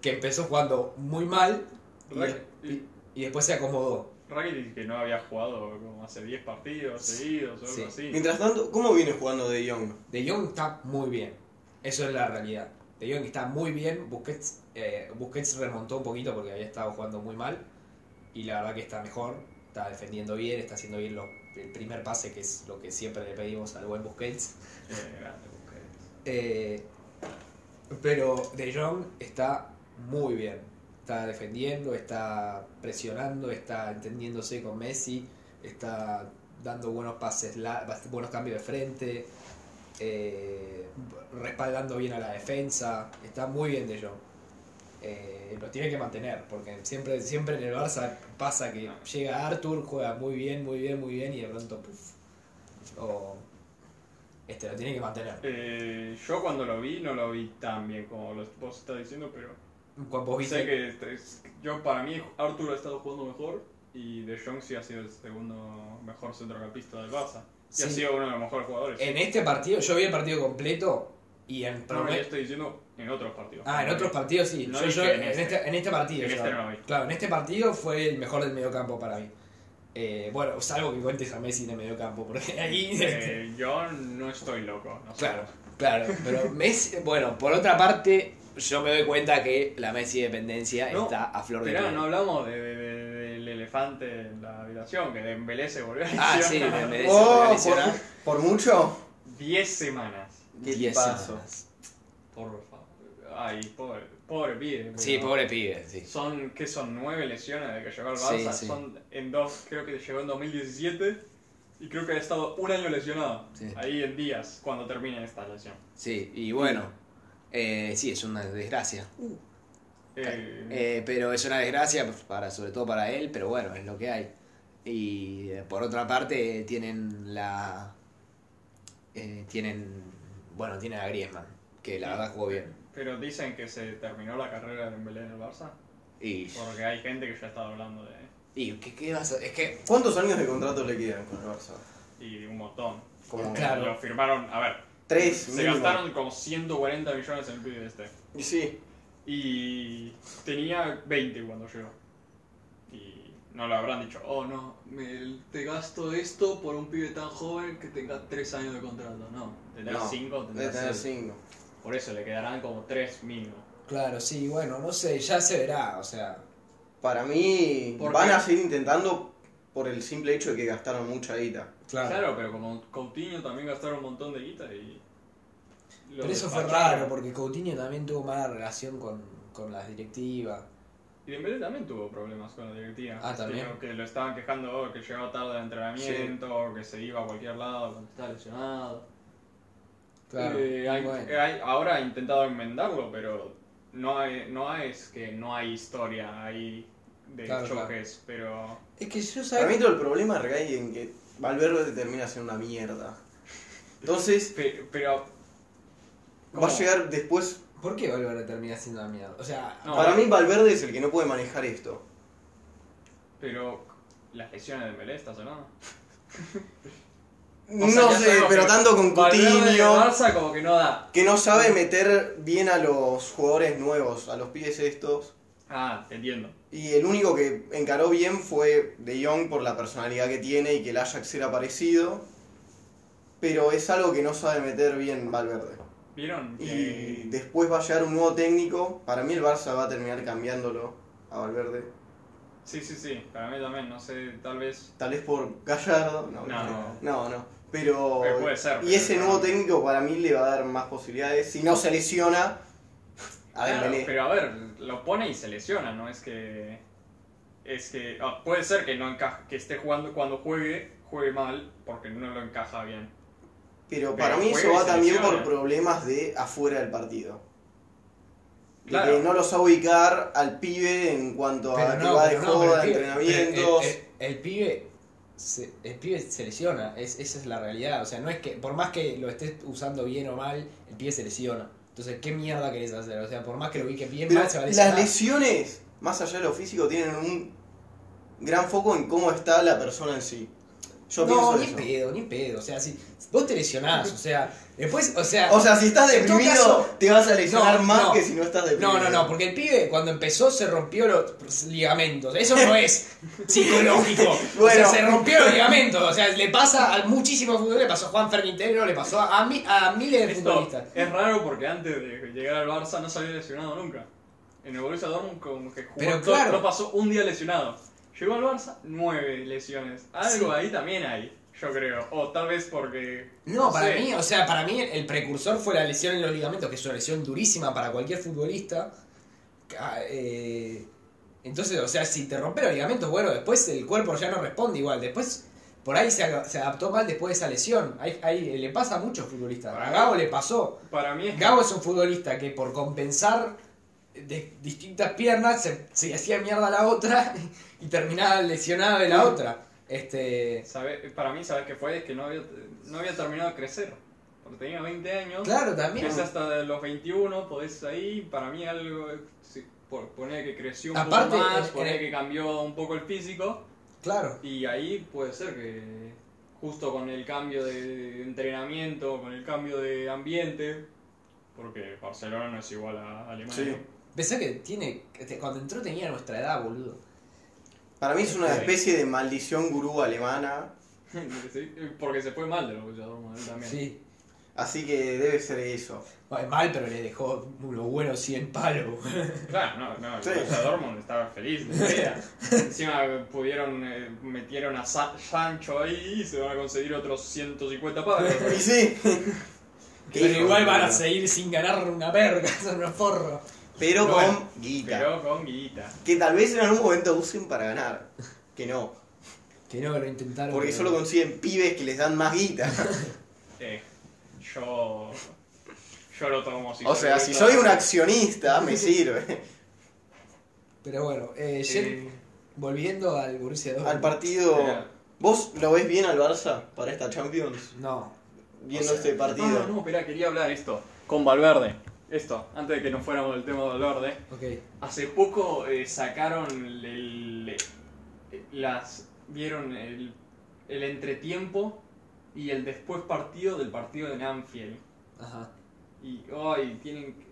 Speaker 3: que empezó jugando muy mal y,
Speaker 4: Rak-
Speaker 3: y- y después se acomodó.
Speaker 4: Rakitic que no había jugado como hace 10 partidos seguidos o algo
Speaker 3: Sí.
Speaker 4: así.
Speaker 2: mientras tanto, ¿cómo viene jugando De Jong?
Speaker 3: De Jong está muy bien, eso es la realidad. De Jong está muy bien, Busquets, eh, Busquets remontó un poquito porque había estado jugando muy mal y la verdad que está mejor, está defendiendo bien, está haciendo bien lo- el primer pase que es lo que siempre le pedimos al buen Busquets.
Speaker 4: Eh, grande, Busquets.
Speaker 3: Eh, pero De Jong está muy bien. Está defendiendo, está presionando, está entendiéndose con Messi, está dando buenos pases, la- buenos cambios de frente, eh, respaldando bien a la defensa. Está muy bien de Jong. Eh, lo tiene que mantener, porque siempre, siempre en el Barça pasa que llega Arthur, juega muy bien, muy bien, muy bien y de pronto puff. O, este lo tiene que mantener.
Speaker 4: Eh, yo cuando lo vi, no lo vi tan bien como lo- vos estás diciendo, pero
Speaker 3: Cuando vos viste-
Speaker 4: sé que este es- yo para mí Arthur ha estado jugando mejor y De Jong sí ha sido el segundo mejor centrocampista del Barça. Y ha
Speaker 3: Sí.
Speaker 4: sido uno de los mejores jugadores.
Speaker 3: En este partido, yo vi el partido completo y en
Speaker 4: No, no, yo
Speaker 3: promedio.
Speaker 4: estoy diciendo en otros partidos.
Speaker 3: Ah, en otros partidos sí.
Speaker 4: No
Speaker 3: yo,
Speaker 4: dije
Speaker 3: yo
Speaker 4: en
Speaker 3: en,
Speaker 4: este.
Speaker 3: este. en este partido.
Speaker 4: En
Speaker 3: yo
Speaker 4: este
Speaker 3: hablo.
Speaker 4: no vi.
Speaker 3: Claro, en este partido fue el mejor del mediocampo para mí. Eh, bueno, salvo que cuentes a Messi en el mediocampo, porque ahí. este,
Speaker 4: Eh, yo no estoy loco. No sé.
Speaker 3: Claro, claro. Pero Messi. Bueno, por otra parte, yo me doy cuenta que la Messi dependencia
Speaker 4: No,
Speaker 3: está a flor de
Speaker 4: Esperá,
Speaker 3: piel.
Speaker 4: no hablamos de- de- de- del elefante en la habitación, que Dembélé se volvió a
Speaker 3: Ah, sí,
Speaker 4: lesionar.
Speaker 3: Dembélé. Eso, voy a
Speaker 2: Oh, por,
Speaker 3: lesionar.
Speaker 2: por mucho.
Speaker 4: 10 semanas.
Speaker 2: ¿Qué
Speaker 3: Diez
Speaker 2: tipazo.
Speaker 3: semanas.
Speaker 4: Por favor. Ay, pobre, pobre pibe. pero-
Speaker 3: Sí, pobre pibe, sí.
Speaker 4: Son, ¿qué son? Nueve lesiones de que llegó al
Speaker 3: Sí,
Speaker 4: Barça.
Speaker 3: sí.
Speaker 4: Son en dos, creo que llegó en 2017 y creo que ha estado un año lesionado.
Speaker 3: Sí.
Speaker 4: Ahí en días, cuando termine esta lesión.
Speaker 3: Sí, y bueno. eh, sí, es una desgracia.
Speaker 4: Eh,
Speaker 3: Eh, pero es una desgracia, para, sobre todo para él, pero bueno, es lo que hay. Y eh, por otra parte, tienen la. eh, tienen. Bueno, tienen a Griezmann, que la verdad jugó bien.
Speaker 4: Pero dicen que se terminó la carrera de Dembélé en el Barça,
Speaker 3: Y.
Speaker 4: porque hay gente que ya está hablando de...
Speaker 3: y ¿qué, qué vas a- Es que.
Speaker 2: ¿Cuántos años de contrato le quedan con el Barça?
Speaker 4: y un montón.
Speaker 2: Como
Speaker 3: Claro.
Speaker 4: Lo firmaron, a ver,
Speaker 2: tres.
Speaker 4: se
Speaker 2: mínimo.
Speaker 4: gastaron como 140 millones en el pibe este.
Speaker 2: Y sí.
Speaker 4: Y tenía 20 cuando llegó. Y no lo habrán dicho,
Speaker 1: Oh, no, me- te gasto esto por un pibe tan joven que tenga 3 años de contrato, no.
Speaker 4: tendrá
Speaker 2: No,
Speaker 4: 5,
Speaker 2: Debe
Speaker 4: tendrá
Speaker 2: tener
Speaker 4: 6.
Speaker 2: cinco.
Speaker 4: Por eso le quedarán como 3 mínimo.
Speaker 3: Claro, sí, bueno, no sé, ya se verá, o sea.
Speaker 2: Para mí
Speaker 1: ¿Por
Speaker 2: van
Speaker 1: qué?
Speaker 2: a seguir intentando por el simple hecho de que gastaron mucha guita.
Speaker 4: Claro. pero como Coutinho también gastaron un montón de guita y... lo
Speaker 3: Pero eso fue
Speaker 4: despacharon.
Speaker 3: raro, porque Coutinho también tuvo mala relación con, con las directivas.
Speaker 4: Y Dembélé también tuvo problemas con la directiva.
Speaker 3: Ah, también.
Speaker 4: Creo que lo estaban quejando oh, que llegaba tarde al entrenamiento, o que se iba a cualquier lado cuando estaba lesionado.
Speaker 3: Claro.
Speaker 4: Eh, hay-
Speaker 3: bueno.
Speaker 4: hay- ahora ha intentado enmendarlo, pero no, hay- no es que no hay historia ahí de
Speaker 3: Claro, claro.
Speaker 4: choques, pero...
Speaker 3: Es que yo
Speaker 2: Para mí
Speaker 3: sabía.
Speaker 2: todo el problema recae en que Valverde termina siendo una mierda. Entonces
Speaker 4: pe- pero
Speaker 2: va a llegar después.
Speaker 3: ¿Por qué Valverde termina siendo la mierda? O sea,
Speaker 4: No.
Speaker 2: Para mí Valverde es el que no puede manejar esto.
Speaker 4: pero las lesiones de Dembélé, ¿estás o no?
Speaker 2: No
Speaker 4: O sea, ya
Speaker 2: sé,
Speaker 4: sabemos
Speaker 2: pero
Speaker 4: que
Speaker 2: tanto con
Speaker 4: Valverde de
Speaker 2: Coutinho,
Speaker 4: Barça como que no da.
Speaker 2: que no sabe meter bien a los jugadores nuevos, a los pies estos.
Speaker 4: Ah, te entiendo.
Speaker 2: Y el único que encaró bien fue De Jong por la personalidad que tiene y que el Ajax era parecido. Pero es algo que no sabe meter bien Valverde.
Speaker 4: ¿Vieron?
Speaker 2: Y
Speaker 4: que-
Speaker 2: después va a llegar un nuevo técnico. Para mí el Barça va a terminar cambiándolo a Valverde.
Speaker 4: Sí, sí, sí, para mí también, no sé, tal vez...
Speaker 2: Tal vez por Gallardo. No,
Speaker 4: No.
Speaker 2: no, no. Pero...
Speaker 4: Pero puede ser,
Speaker 2: y
Speaker 4: pero
Speaker 2: ese
Speaker 4: no.
Speaker 2: nuevo técnico para mí le va a dar más posibilidades. Si no se lesiona a
Speaker 4: Claro,
Speaker 2: Dembélé.
Speaker 4: pero a ver, lo pone y se lesiona, ¿no? Es que. Es que. ah, puede ser que no encaje, que esté jugando cuando juegue, juegue mal, porque no lo encaja bien.
Speaker 2: Pero para
Speaker 4: Pero
Speaker 2: mí
Speaker 4: juega
Speaker 2: eso
Speaker 4: y
Speaker 2: va
Speaker 4: se
Speaker 2: también
Speaker 4: lesiona.
Speaker 2: por problemas de afuera del partido. De
Speaker 4: Claro.
Speaker 2: que no los va a ubicar al pibe en cuanto a
Speaker 3: Pero
Speaker 2: que
Speaker 3: no,
Speaker 2: va de
Speaker 3: pero no, pero
Speaker 2: joda,
Speaker 3: el pibe- eh,
Speaker 2: entrenamientos.
Speaker 3: pero El, el- el pibe se, el pibe se lesiona, es, esa es la realidad. O sea, no es que, por más que lo estés usando bien o mal, el pibe se lesiona. Entonces, ¿qué mierda querés hacer? O sea, por más que lo ubique bien
Speaker 2: Pero
Speaker 3: mal, se va a lesionar.
Speaker 2: las lesiones, más allá de lo físico, tienen un gran foco en cómo está la persona en sí. Yo
Speaker 3: no, ni
Speaker 2: pienso eso.
Speaker 3: pedo, ni pedo. O sea, si vos te lesionás, o sea, después, o sea.
Speaker 2: O sea, si estás
Speaker 3: En todo
Speaker 2: deprimido,
Speaker 3: caso-
Speaker 2: te vas a lesionar
Speaker 3: No,
Speaker 2: más
Speaker 3: no.
Speaker 2: que si no estás deprimido.
Speaker 3: no, no, no, porque el pibe cuando empezó se rompió los ligamentos. Eso no es psicológico.
Speaker 2: Bueno.
Speaker 3: O sea, se rompió los ligamentos. O sea, le pasa a muchísimos futbolistas. Le pasó a Juan Ferquintero, le pasó a, mi- a miles de
Speaker 4: Esto
Speaker 3: futbolistas.
Speaker 4: es raro porque antes de llegar al Barça no salió lesionado nunca. En el Borussia Dortmund como que jugó
Speaker 3: Pero
Speaker 4: todo-
Speaker 3: claro.
Speaker 4: no pasó un día lesionado. Llegó al Barça, nueve lesiones. Algo
Speaker 3: Sí.
Speaker 4: ahí también hay, yo creo. O tal vez porque.
Speaker 3: No, para
Speaker 4: sé,
Speaker 3: mí, o sea, para mí el precursor fue la lesión en los ligamentos, que es una lesión durísima para cualquier futbolista. ca- eh, entonces, o sea, si te rompe los ligamentos, bueno, después el cuerpo ya no responde igual. Después, por ahí se, aga- se adaptó mal después de esa lesión. Ahí, ahí le pasa a muchos futbolistas. A Gabo le pasó.
Speaker 4: Para mí es que
Speaker 3: Gabo es un futbolista que por compensar de distintas piernas se, se hacía mierda la otra y terminaba lesionado de la otra. Este,
Speaker 4: sabe- para mí, ¿sabes qué fue? Es que no había, no había terminado de crecer. Porque tenía 20 años.
Speaker 3: claro, también.
Speaker 4: Es hasta los 21, podés ahí, para mí algo, sí, por poner que creció un
Speaker 3: Aparte, eh,
Speaker 4: poco más,
Speaker 3: en-
Speaker 4: poner
Speaker 3: en-
Speaker 4: que cambió un poco el físico,
Speaker 3: Claro.
Speaker 4: y ahí puede ser que justo con el cambio de entrenamiento, con el cambio de ambiente, porque Barcelona no es igual a Alemania.
Speaker 2: Sí.
Speaker 3: Pensá que tiene. este, Cuando entró tenía nuestra edad, boludo.
Speaker 2: Para mí es una
Speaker 4: Sí.
Speaker 2: especie de maldición gurú alemana,
Speaker 4: Sí, Porque se fue mal de los boxeadores modernos también.
Speaker 3: Sí.
Speaker 2: así que debe ser eso.
Speaker 3: Bueno, mal, pero le dejó unos buenos 100 palos.
Speaker 4: Claro, no, no, el
Speaker 2: Sí.
Speaker 4: Borussia Dortmund estaba feliz de la vida. Encima pudieron, eh, metieron a Sa- Sancho ahí y se van a conseguir otros 150 pavos.
Speaker 2: Y sí. Qué hijo
Speaker 3: Pero
Speaker 2: de
Speaker 3: igual van a
Speaker 2: puta.
Speaker 3: seguir sin ganar una verga, son unos forros.
Speaker 2: Pero
Speaker 4: Pero
Speaker 2: con
Speaker 4: bueno,
Speaker 2: guita.
Speaker 4: Pero con guita.
Speaker 2: Que tal vez en algún momento usen para ganar. Que no.
Speaker 3: Que no, lo intentaron.
Speaker 2: Porque
Speaker 3: pero-
Speaker 2: solo consiguen pibes que les dan más guita.
Speaker 4: Eh, yo. Yo lo tomo si
Speaker 2: O sea, si soy un accionista, me sirve.
Speaker 3: Pero bueno, eh, Jen-
Speaker 4: Eh,
Speaker 3: volviendo al Borussia Dortmund.
Speaker 2: Al partido.
Speaker 4: Mira.
Speaker 2: ¿Vos lo ves bien al Barça para esta Champions?
Speaker 3: No.
Speaker 2: Viendo
Speaker 3: O sea,
Speaker 2: este
Speaker 4: no,
Speaker 1: Ah,
Speaker 4: no,
Speaker 2: partido.
Speaker 4: no, espera, quería hablar esto. Con Valverde. Esto, antes de que nos fuéramos del tema de Valverde.
Speaker 3: Ok.
Speaker 4: Hace poco eh, sacaron el, el- las vieron el, el entretiempo y el después partido del partido de Anfield.
Speaker 3: Ajá.
Speaker 4: Y ay, tienen que-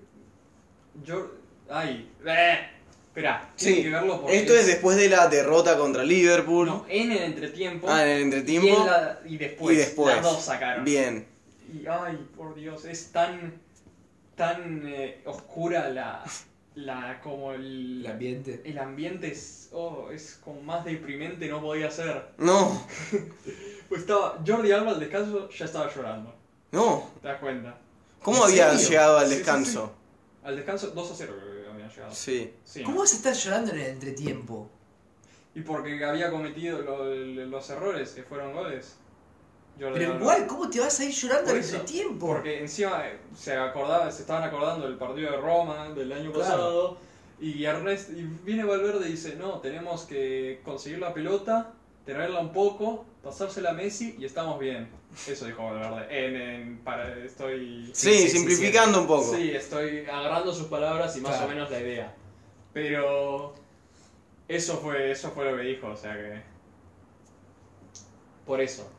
Speaker 4: yo ay, eh, espera, tienen
Speaker 2: Sí,
Speaker 4: que verlo porque
Speaker 2: Esto es después de la derrota contra Liverpool.
Speaker 4: no, en el entretiempo
Speaker 2: Ah, en el
Speaker 4: y, en
Speaker 2: entretiempo.
Speaker 4: la- y después,
Speaker 2: y después.
Speaker 4: las dos sacaron.
Speaker 2: Bien.
Speaker 4: Y ay, por Dios, es tan tan eh, oscura la la como el
Speaker 3: El ambiente.
Speaker 4: el ambiente es, oh, es como más deprimente no podía ser.
Speaker 2: No,
Speaker 4: Pues estaba Jordi Alba al descanso ya estaba llorando.
Speaker 2: no.
Speaker 4: ¿Te das cuenta?
Speaker 2: ¿Cómo
Speaker 3: ¿En
Speaker 2: había
Speaker 3: serio?
Speaker 2: llegado al
Speaker 4: Sí, sí,
Speaker 2: descanso?
Speaker 4: Al descanso 2 a 0 creo que habían llegado.
Speaker 2: Sí.
Speaker 4: Sí,
Speaker 3: ¿Cómo
Speaker 4: ¿no?
Speaker 3: vas a estar llorando en el entretiempo?
Speaker 4: Y porque había cometido lo- los errores que fueron goles. Jordi
Speaker 3: Pero
Speaker 4: Alba.
Speaker 3: igual, ¿cómo te vas a ir llorando
Speaker 4: Por
Speaker 3: al
Speaker 4: eso,
Speaker 3: entretiempo?
Speaker 4: Porque encima eh, se acordaba, se estaban acordando del partido de Roma del año
Speaker 3: Claro.
Speaker 4: pasado. Y Ernest, y viene Valverde y dice, no, tenemos que conseguir la pelota, tenerla un poco, pasársela a Messi y estamos bien. Eso dijo Valverde. En, en- para, estoy.
Speaker 2: Sí,
Speaker 3: sí, sí,
Speaker 2: simplificando un poco.
Speaker 4: Sí, estoy agarrando sus palabras y más
Speaker 3: Claro.
Speaker 4: o menos la idea. Pero eso fue, eso fue lo que dijo, o sea que. Por eso.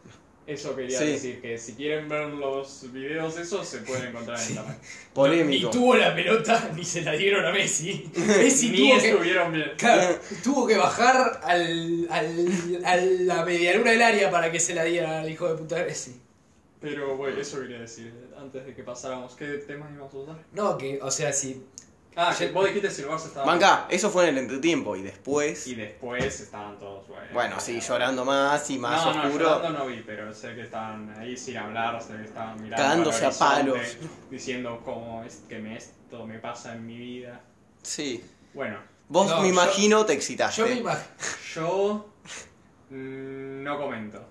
Speaker 4: Eso quería
Speaker 2: Sí.
Speaker 4: decir, que si quieren ver los videos esos se pueden encontrar en internet.
Speaker 2: Polémico.
Speaker 3: Ni tuvo la pelota, ni se la dieron a Messi. Messi
Speaker 4: Ni
Speaker 3: tuvo que,
Speaker 4: estuvieron bien.
Speaker 3: Claro, tuvo que bajar al, al, a la medialuna del área para que se la diera al hijo de puta de Messi.
Speaker 4: Pero bueno, eso quería decir, antes de que pasáramos. ¿Qué temas íbamos a usar?
Speaker 3: No, que, o sea, si.
Speaker 4: Ah, que vos dijiste si el Barça estaba.
Speaker 2: Banca, eso fue en el entretiempo. Y después.
Speaker 4: Y después estaban todos, bueno.
Speaker 2: Bueno, sí, llorando más y más
Speaker 4: no,
Speaker 2: oscuro.
Speaker 4: No, llorando no vi, pero sé que estaban ahí sin hablar, sé que estaban mirando.
Speaker 2: Cagándose
Speaker 4: al
Speaker 2: a palos.
Speaker 4: horizonte, Diciendo cómo es que me, esto me pasa en mi vida.
Speaker 2: Sí.
Speaker 4: Bueno,
Speaker 2: Vos
Speaker 3: No,
Speaker 2: me
Speaker 3: yo-
Speaker 2: imagino te excitaste.
Speaker 3: Yo me imagino.
Speaker 4: yo. mm, No comento.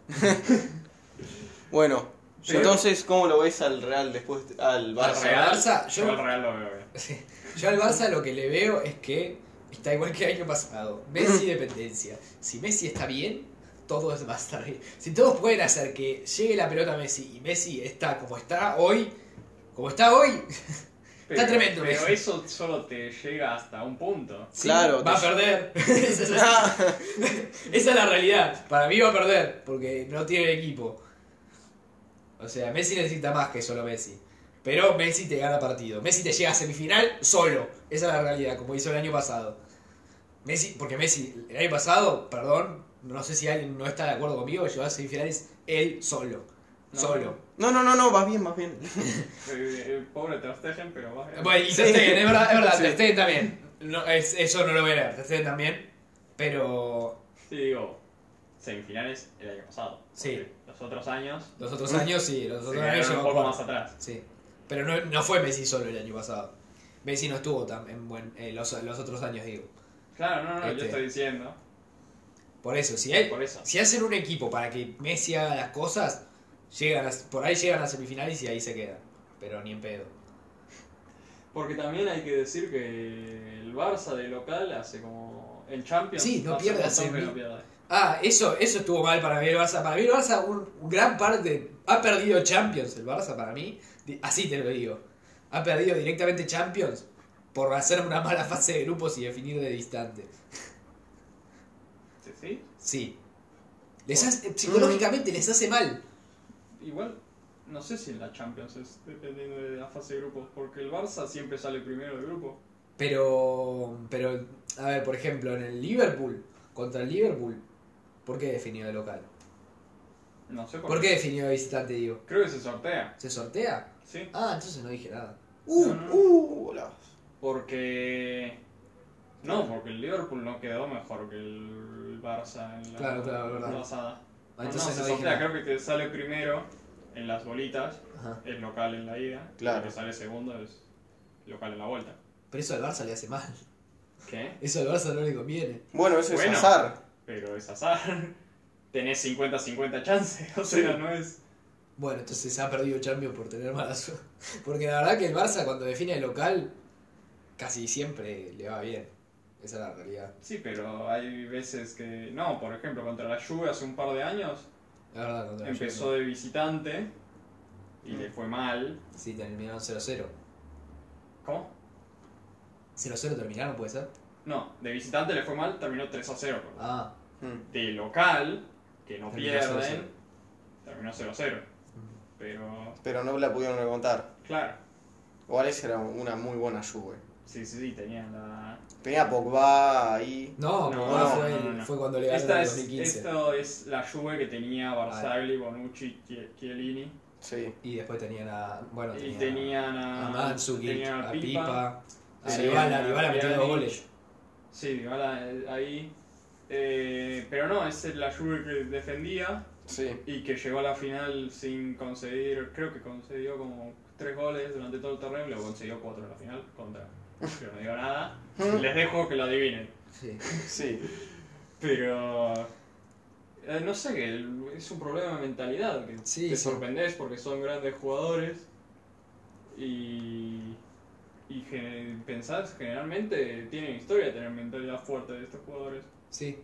Speaker 2: Bueno,
Speaker 4: Pero-
Speaker 2: entonces, ¿cómo lo ves al Real después al
Speaker 4: Al
Speaker 2: Barça?
Speaker 4: Real,
Speaker 3: Barça,
Speaker 4: yo
Speaker 3: yo-
Speaker 4: al Real lo veo bien.
Speaker 3: Yo al Barça lo que le veo es que está igual que el año pasado. Messi dependencia. Si Messi está bien, todo es- va a estar bien. Si todos pueden hacer que llegue la pelota a Messi y Messi está como está hoy, como está hoy,
Speaker 4: Pero-
Speaker 3: tremendo,
Speaker 4: Pero
Speaker 3: Messi.
Speaker 4: eso solo te llega hasta un punto.
Speaker 3: sí,
Speaker 2: Claro,
Speaker 3: va a
Speaker 2: te-
Speaker 3: perder. Esa es la-
Speaker 2: Ah,
Speaker 3: Esa es la realidad. Para mí va a perder, porque no tiene equipo. O sea, Messi necesita más que solo Messi. Pero Messi te gana partido. Messi te llega a semifinal solo. Esa es la realidad, como hizo el año pasado. Messi, porque Messi, el año pasado, perdón, no sé si alguien no está de acuerdo conmigo, llegó a semifinales él solo.
Speaker 4: No.
Speaker 3: Solo.
Speaker 2: no, no, no, no, vas bien, vas bien.
Speaker 4: Eh, El pobre Ter Stegen, pero va bien.
Speaker 3: Bueno, y Ter Stegen, es verdad, es verdad, Ter Stegen también. No, es- eso no lo voy a negar, Ter Stegen también. Pero
Speaker 4: Sí, digo, semifinales el año pasado.
Speaker 3: Sí.
Speaker 4: Porque Los otros años
Speaker 3: los otros años sí, los
Speaker 4: se
Speaker 3: otros años llegó
Speaker 4: quedaron Mm. un
Speaker 3: a
Speaker 4: poco
Speaker 3: cuarto.
Speaker 4: más atrás.
Speaker 3: Sí. Pero no, no fue Messi solo el año pasado. Messi no estuvo tan en buen, eh, los, los otros años, digo.
Speaker 4: Claro, no, no, yo
Speaker 3: Este.
Speaker 4: estoy diciendo.
Speaker 3: Por eso, si, hay,
Speaker 4: Por eso.
Speaker 3: si hacen un equipo para que Messi haga las cosas, llegan a- por ahí llegan a semifinales y ahí se quedan. Pero ni en pedo.
Speaker 4: Porque también hay que decir que el Barça de local hace como. En Champions.
Speaker 3: Sí, no
Speaker 4: hace
Speaker 3: pierde
Speaker 4: un
Speaker 3: hace
Speaker 4: montón que
Speaker 3: mil-
Speaker 4: no pierde.
Speaker 3: Ah, eso, eso estuvo mal para mí el Barça. Para mí el Barça, un, un gran parte, ha perdido Champions el Barça para mí. Di- Así te lo digo. Ha perdido directamente Champions por hacer una mala fase de grupos y definir de distante.
Speaker 4: Sí, sí.
Speaker 3: Sí. Les hace- psicológicamente les hace mal.
Speaker 4: Igual, no sé si en la Champions es dependiendo de la fase de grupos, porque el Barça siempre sale primero de grupo.
Speaker 3: Pero, pero, a ver, por ejemplo, en el Liverpool, contra el Liverpool, ¿por qué definió de local?
Speaker 4: No sé por,
Speaker 3: ¿Por qué definió de visitante, digo?
Speaker 4: Creo que se sortea,
Speaker 3: ¿Se sortea?
Speaker 4: ¿sí?
Speaker 3: Ah, entonces no dije nada.
Speaker 2: Uh,
Speaker 4: No, no, no.
Speaker 2: uh, hola.
Speaker 4: Porque. No, porque el Liverpool no quedó mejor que el Barça en la
Speaker 3: Claro, claro, es verdad.
Speaker 4: pasada.
Speaker 3: Ah,
Speaker 4: No,
Speaker 3: entonces
Speaker 4: no,
Speaker 3: no,
Speaker 4: se
Speaker 3: dije
Speaker 4: sortea,
Speaker 3: nada.
Speaker 4: creo que te sale primero en las bolitas,
Speaker 3: Ajá.
Speaker 4: es local en la ida,
Speaker 2: Claro.
Speaker 4: y el que sale segundo es local en la vuelta.
Speaker 3: Pero eso al Barça le hace mal.
Speaker 4: ¿Qué?
Speaker 3: Eso al Barça no le conviene.
Speaker 2: Bueno, eso
Speaker 4: Bueno.
Speaker 2: es azar.
Speaker 4: Pero es azar. Tenés 50-50 chances, o sea, no es.
Speaker 3: Bueno, entonces ha perdido Champions por tener mala suerte. Porque la verdad que el Barça cuando define el local casi siempre le va bien. Esa es la realidad.
Speaker 4: Sí, pero hay veces que. No, por ejemplo, contra la Juve hace un par de años
Speaker 3: La verdad, contra la
Speaker 4: empezó
Speaker 3: Juve.
Speaker 4: de visitante y le fue mal.
Speaker 3: Sí, terminaron 0-0.
Speaker 4: ¿Cómo?
Speaker 3: 0-0 terminaron, puede ser.
Speaker 4: No, de visitante le fue mal, terminó 3 a 0.
Speaker 3: Ah,
Speaker 2: Mm.
Speaker 4: De local, que no
Speaker 3: Terminó 0-0.
Speaker 4: pierden, terminó 0 a 0. Pero,
Speaker 2: Pero no la pudieron remontar.
Speaker 4: claro,
Speaker 2: Igual esa era una muy buena lluvia.
Speaker 4: sí, sí, sí, tenían la.
Speaker 2: Tenía Pogba ahí.
Speaker 3: no,
Speaker 4: No,
Speaker 3: Pogba
Speaker 2: no,
Speaker 3: fue,
Speaker 4: no, no, no.
Speaker 3: fue cuando le ganaron
Speaker 4: Esta
Speaker 3: en
Speaker 4: es,
Speaker 3: 2015.
Speaker 4: esto es la Juve que tenía Barzagli, Bonucci, Chie- Chiellini.
Speaker 2: Sí.
Speaker 3: Y después tenían a. Bueno,
Speaker 4: Y
Speaker 3: tenía
Speaker 4: tenían
Speaker 3: a
Speaker 4: a.
Speaker 3: Mandzukic,
Speaker 4: tenían
Speaker 3: a Pipa, a
Speaker 4: Sí,
Speaker 3: Dybala.
Speaker 4: a
Speaker 3: Dybala metió dos
Speaker 4: Pjanic.
Speaker 3: goles.
Speaker 4: Sí, Dybala, eh, ahí. Eh, pero no, es la Juve que defendía
Speaker 2: Sí.
Speaker 4: y que llegó a la final sin conseguir, creo que concedió como tres goles durante todo el torneo y luego consiguió cuatro en la final contra. Pero no digo nada. Les dejo que lo adivinen.
Speaker 3: Sí.
Speaker 2: Sí.
Speaker 4: Pero. eh, no sé, que el- es un problema de mentalidad. Que
Speaker 3: Sí,
Speaker 4: te
Speaker 3: sí.
Speaker 4: sorprendes porque son grandes jugadores. Y. Y gen- pensás, generalmente tienen historia de tener mentalidad fuerte de estos jugadores.
Speaker 3: Sí.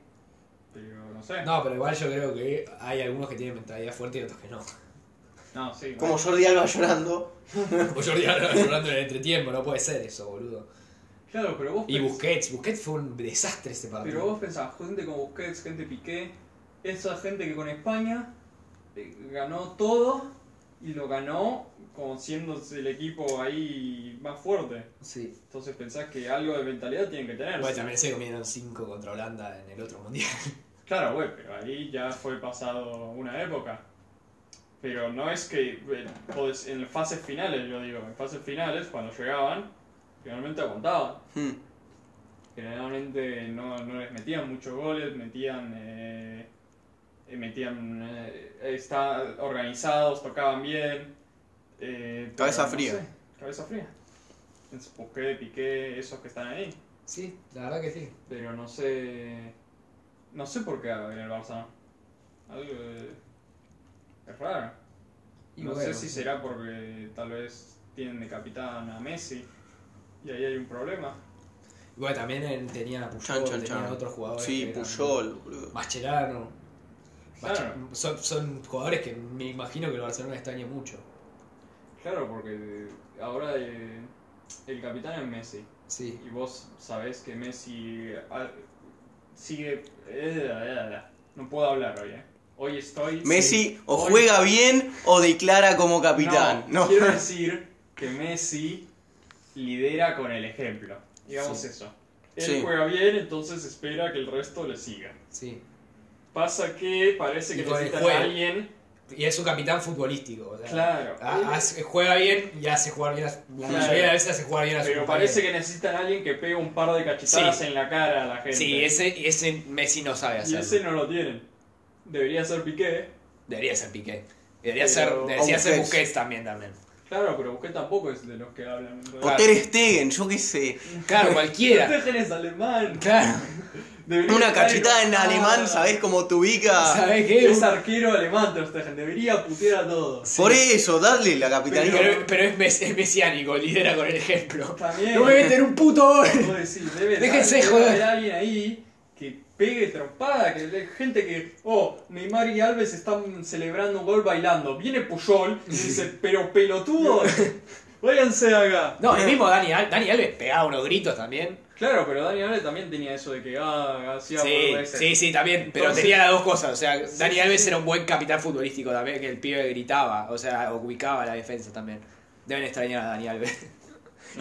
Speaker 4: Pero no sé.
Speaker 3: No, pero igual yo creo que hay algunos que tienen mentalidad fuerte y otros que no.
Speaker 4: No, sí.
Speaker 2: Como Jordi Alba llorando.
Speaker 3: Como Jordi Alba llorando en el entretiempo, no puede ser eso, boludo.
Speaker 4: Claro, pero vos.
Speaker 3: Y
Speaker 4: pens-
Speaker 3: Busquets, Busquets fue un desastre ese
Speaker 4: Pero
Speaker 3: partido.
Speaker 4: vos pensás, gente como Busquets, gente Piqué, esa gente que con España eh, ganó todo y lo ganó como siendo el equipo ahí más fuerte.
Speaker 3: Sí.
Speaker 4: Entonces pensás que algo de mentalidad tienen que tener.
Speaker 3: Bueno, también se comieron 5 contra Holanda en el otro mundial.
Speaker 4: Claro, güey, pero ahí ya fue pasado una época. Pero no es que eh, podés- en fases finales, yo digo, en fases finales, cuando llegaban, generalmente aguantaban.
Speaker 2: Mm.
Speaker 4: Generalmente no, no les metían muchos goles, metían. eh, eh, metían. eh, está- organizados, tocaban bien. eh, pero
Speaker 2: Cabeza
Speaker 4: no
Speaker 2: fría.
Speaker 4: sé, cabeza fría. Entonces, Busqué, Piqué, esos que están ahí.
Speaker 3: Sí, la verdad que sí.
Speaker 4: Pero no sé. No sé por qué en el Barça. Algo de- Es raro.
Speaker 3: Y
Speaker 4: no sé
Speaker 3: bueno, sí.
Speaker 4: si será porque tal vez tienen de capitán a Messi y ahí hay un problema.
Speaker 3: Y Bueno, también en- tenían a Puyol,
Speaker 2: Chan, chan,
Speaker 3: tenían
Speaker 2: chan.
Speaker 3: otros jugadores. que
Speaker 2: Sí,
Speaker 3: eran-
Speaker 2: Puyol, boludo.
Speaker 3: Mascherano.
Speaker 4: Claro.
Speaker 3: Masche- Son, son jugadores que me imagino que el Barcelona extraña mucho.
Speaker 4: Claro, porque ahora eh, el capitán es Messi.
Speaker 3: Sí.
Speaker 4: Y vos sabés que Messi ah, sigue. eh, eh, eh, No puedo hablar hoy, eh. Hoy estoy.
Speaker 2: Messi o
Speaker 4: Hoy-
Speaker 2: juega bien o declara como capitán.
Speaker 4: No,
Speaker 2: No.
Speaker 4: Quiero decir que Messi lidera con el ejemplo. Digamos eso. Él
Speaker 2: Sí.
Speaker 4: juega bien, entonces espera que el resto le siga.
Speaker 3: Sí.
Speaker 4: Pasa que parece que
Speaker 3: Y con el
Speaker 4: necesitan
Speaker 3: juego.
Speaker 4: a alguien.
Speaker 3: Y es un capitán futbolístico. o sea,
Speaker 4: Claro.
Speaker 3: ha- hace- juega bien y hace jugar bien a su- La
Speaker 4: Claro.
Speaker 3: mayoría de las veces hace jugar bien a su
Speaker 4: Pero
Speaker 3: compañero.
Speaker 4: parece que necesitan a alguien que pegue un par de cachetadas
Speaker 3: Sí.
Speaker 4: en la cara a la gente.
Speaker 3: Sí, ese, ese Messi no sabe
Speaker 4: Y
Speaker 3: hacerlo.
Speaker 4: ese no lo tienen. Debería ser Piqué.
Speaker 3: Debería ser Piqué. Debería
Speaker 4: Pero-
Speaker 3: ser, debería
Speaker 2: O
Speaker 3: ser
Speaker 2: Busquets.
Speaker 3: Busquets también, también.
Speaker 4: Claro, pero Busquets tampoco es de los que hablan. en
Speaker 2: O
Speaker 4: realidad.
Speaker 2: Ter Stegen, yo qué sé.
Speaker 3: Claro, cualquiera.
Speaker 4: Stegen es alemán.
Speaker 3: Claro.
Speaker 4: Debería
Speaker 2: Una
Speaker 4: estar
Speaker 2: cachetada en alemán, ¿sabés cómo te
Speaker 4: Ah,
Speaker 2: ubica?
Speaker 3: ¿Sabes qué?
Speaker 4: Es arquero alemán Ter Stegen, debería putear a todos.
Speaker 2: Por eso, dale la capitanía.
Speaker 3: Pero, pero es, mes- es mesiánico, lidera con el ejemplo.
Speaker 4: También.
Speaker 3: No me meten un puto gol.
Speaker 4: Vos decís, debe
Speaker 3: Déjense
Speaker 4: debe
Speaker 3: joder.
Speaker 4: haber alguien ahí que pegue trompada, que le- gente que, oh, Neymar y Alves están celebrando un gol bailando. Viene Puyol y dice, pero pelotudo, váyanse de acá.
Speaker 3: No, el mismo Dani, Al- Dani Alves pegaba unos gritos también.
Speaker 4: Claro, pero Dani Alves también tenía eso de que, ah, hacía
Speaker 3: Sí,
Speaker 4: boludeces.
Speaker 3: sí, sí, también. Pero
Speaker 4: Entonces-
Speaker 3: tenía las dos cosas. O sea, Dani Alves era un buen capitán futbolístico también, que el pibe gritaba, o sea, ubicaba la defensa también. Deben extrañar a Dani Alves.
Speaker 4: No,